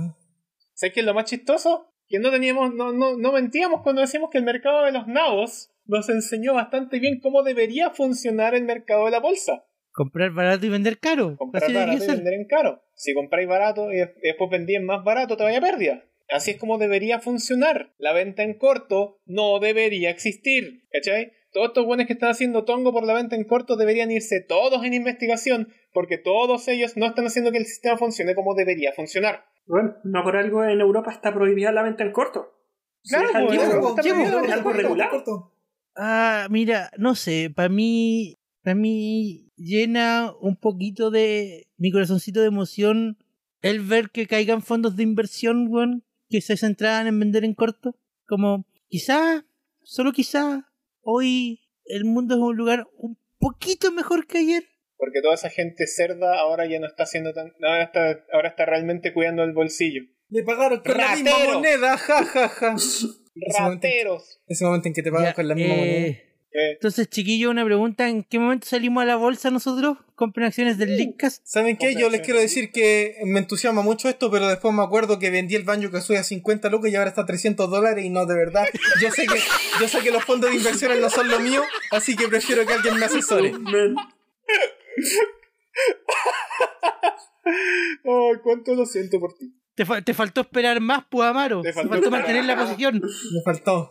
¿Sabes qué es lo más chistoso? Que no teníamos, no, no, no mentíamos cuando decíamos que el mercado de los nabos nos enseñó bastante bien cómo debería funcionar el mercado de la bolsa. Comprar barato y vender caro. Comprar Así debería barato y ser. vender en caro. Si compráis barato y des- después vendías más barato, te vaya a pérdida. Así es como debería funcionar. La venta en corto no debería existir. ¿Cachai? Todos estos buenos que están haciendo tongo por la venta en corto deberían irse todos en investigación porque todos ellos no están haciendo que el sistema funcione como debería funcionar. Bueno, no por algo en Europa está prohibida la venta en corto. Si Claro, dejan pues, libre, claro, está pues, prohibido, claro, es algo regular. Ah, mira, no sé, para mí, para mí llena un poquito de mi corazoncito de emoción el ver que caigan fondos de inversión, weón, que se centraran en vender en corto. Como, quizá, solo quizá, hoy el mundo es un lugar un poquito mejor que ayer. Porque toda esa gente cerda ahora ya no está haciendo tan. Ahora está, ahora está realmente cuidando el bolsillo. Le pagaron con la misma Ratero. moneda, ja, ja, ja. Ese momento, en- ¡Rateros! ese momento en que te pagan Ya, con la misma eh, moneda. Eh, Entonces, chiquillo, una pregunta, ¿en qué momento salimos a la bolsa nosotros? ¿Compren acciones del Leadcast? ¿Saben qué? Yo les Comprensión, quiero sí. decir que me entusiasma mucho esto, pero después me acuerdo que vendí el Banjo Kazooie a 50 lucas y ahora está a 300 dólares y no, de verdad. Yo sé que, yo sé que los fondos de inversiones no son lo mío, así que prefiero que alguien me asesore. Men, (laughs) Ay, cuánto lo siento por ti. Te, fa- te faltó esperar más, pues, Amaro. Te Te faltó faltó, esperar mantener la más. (laughs) posición. Me faltó.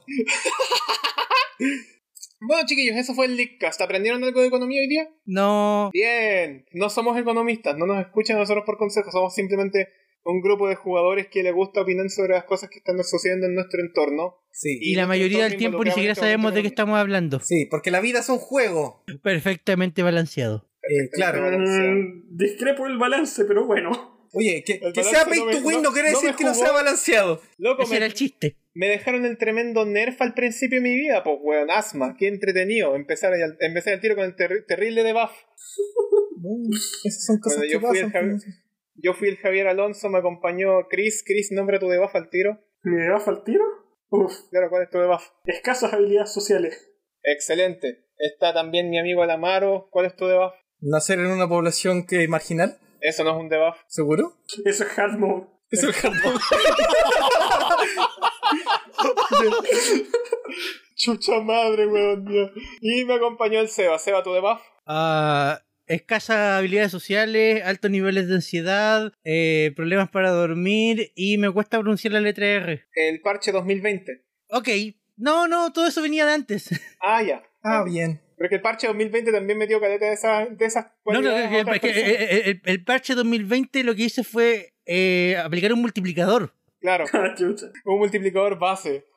Bueno, chiquillos, eso fue el Leakcast. ¿Aprendieron algo de economía hoy día? No, Bien. No somos economistas, no nos escuchan a nosotros por consejo. Somos simplemente un grupo de jugadores que les gusta opinar sobre las cosas que están sucediendo en nuestro entorno. Sí. Y, la nosotros mayoría mismos del tiempo ni bloqueamos siquiera este momento sabemos de qué economía. estamos hablando. Sí, porque la vida es un juego. Perfectamente balanceado. Eh, claro. mm, discrepo el balance, pero bueno. Oye, que, El que balance sea pay no me- to win no, no- quiere no decir me que no jugó. sea balanceado. Loco, Ese me, era el chiste. me dejaron el tremendo nerf al principio de mi vida, pues, weón. Asma, qué entretenido. Empezar, al- empezar el tiro con el terri- terrible debuff. Mm, Esas son cosas Bueno, yo que fui el pasan. pues. Javi- Yo fui el Javier Alonso, me acompañó Chris. Chris, nombra tu debuff al tiro. ¿Me debajo al tiro? Uf, Claro, ¿cuál es tu debuff? escasas habilidades sociales. Excelente. Está también mi amigo Alamaro. ¿Cuál es tu debuff? Nacer en una población que marginal, Eso no es un debuff. seguro. Eso es hard mode. Es el (laughs) Japón. Chucha madre, weón mío. Y me acompañó el Seba. Seba, tu debuff. Ah, escasas habilidades sociales, altos niveles de ansiedad, eh, problemas para dormir y me cuesta pronunciar la letra R. El parche 2020. Ok, no, no, todo eso venía de antes. (laughs) Ah, ya. Ah, bien. Pero que el parche 2020 también metió caleta de esas, de esas No, no, cualidades a que- otras que- personas. el, el- el parche 2020 lo que hice fue eh, aplicar un multiplicador. Claro, Ah, chucha. un multiplicador base.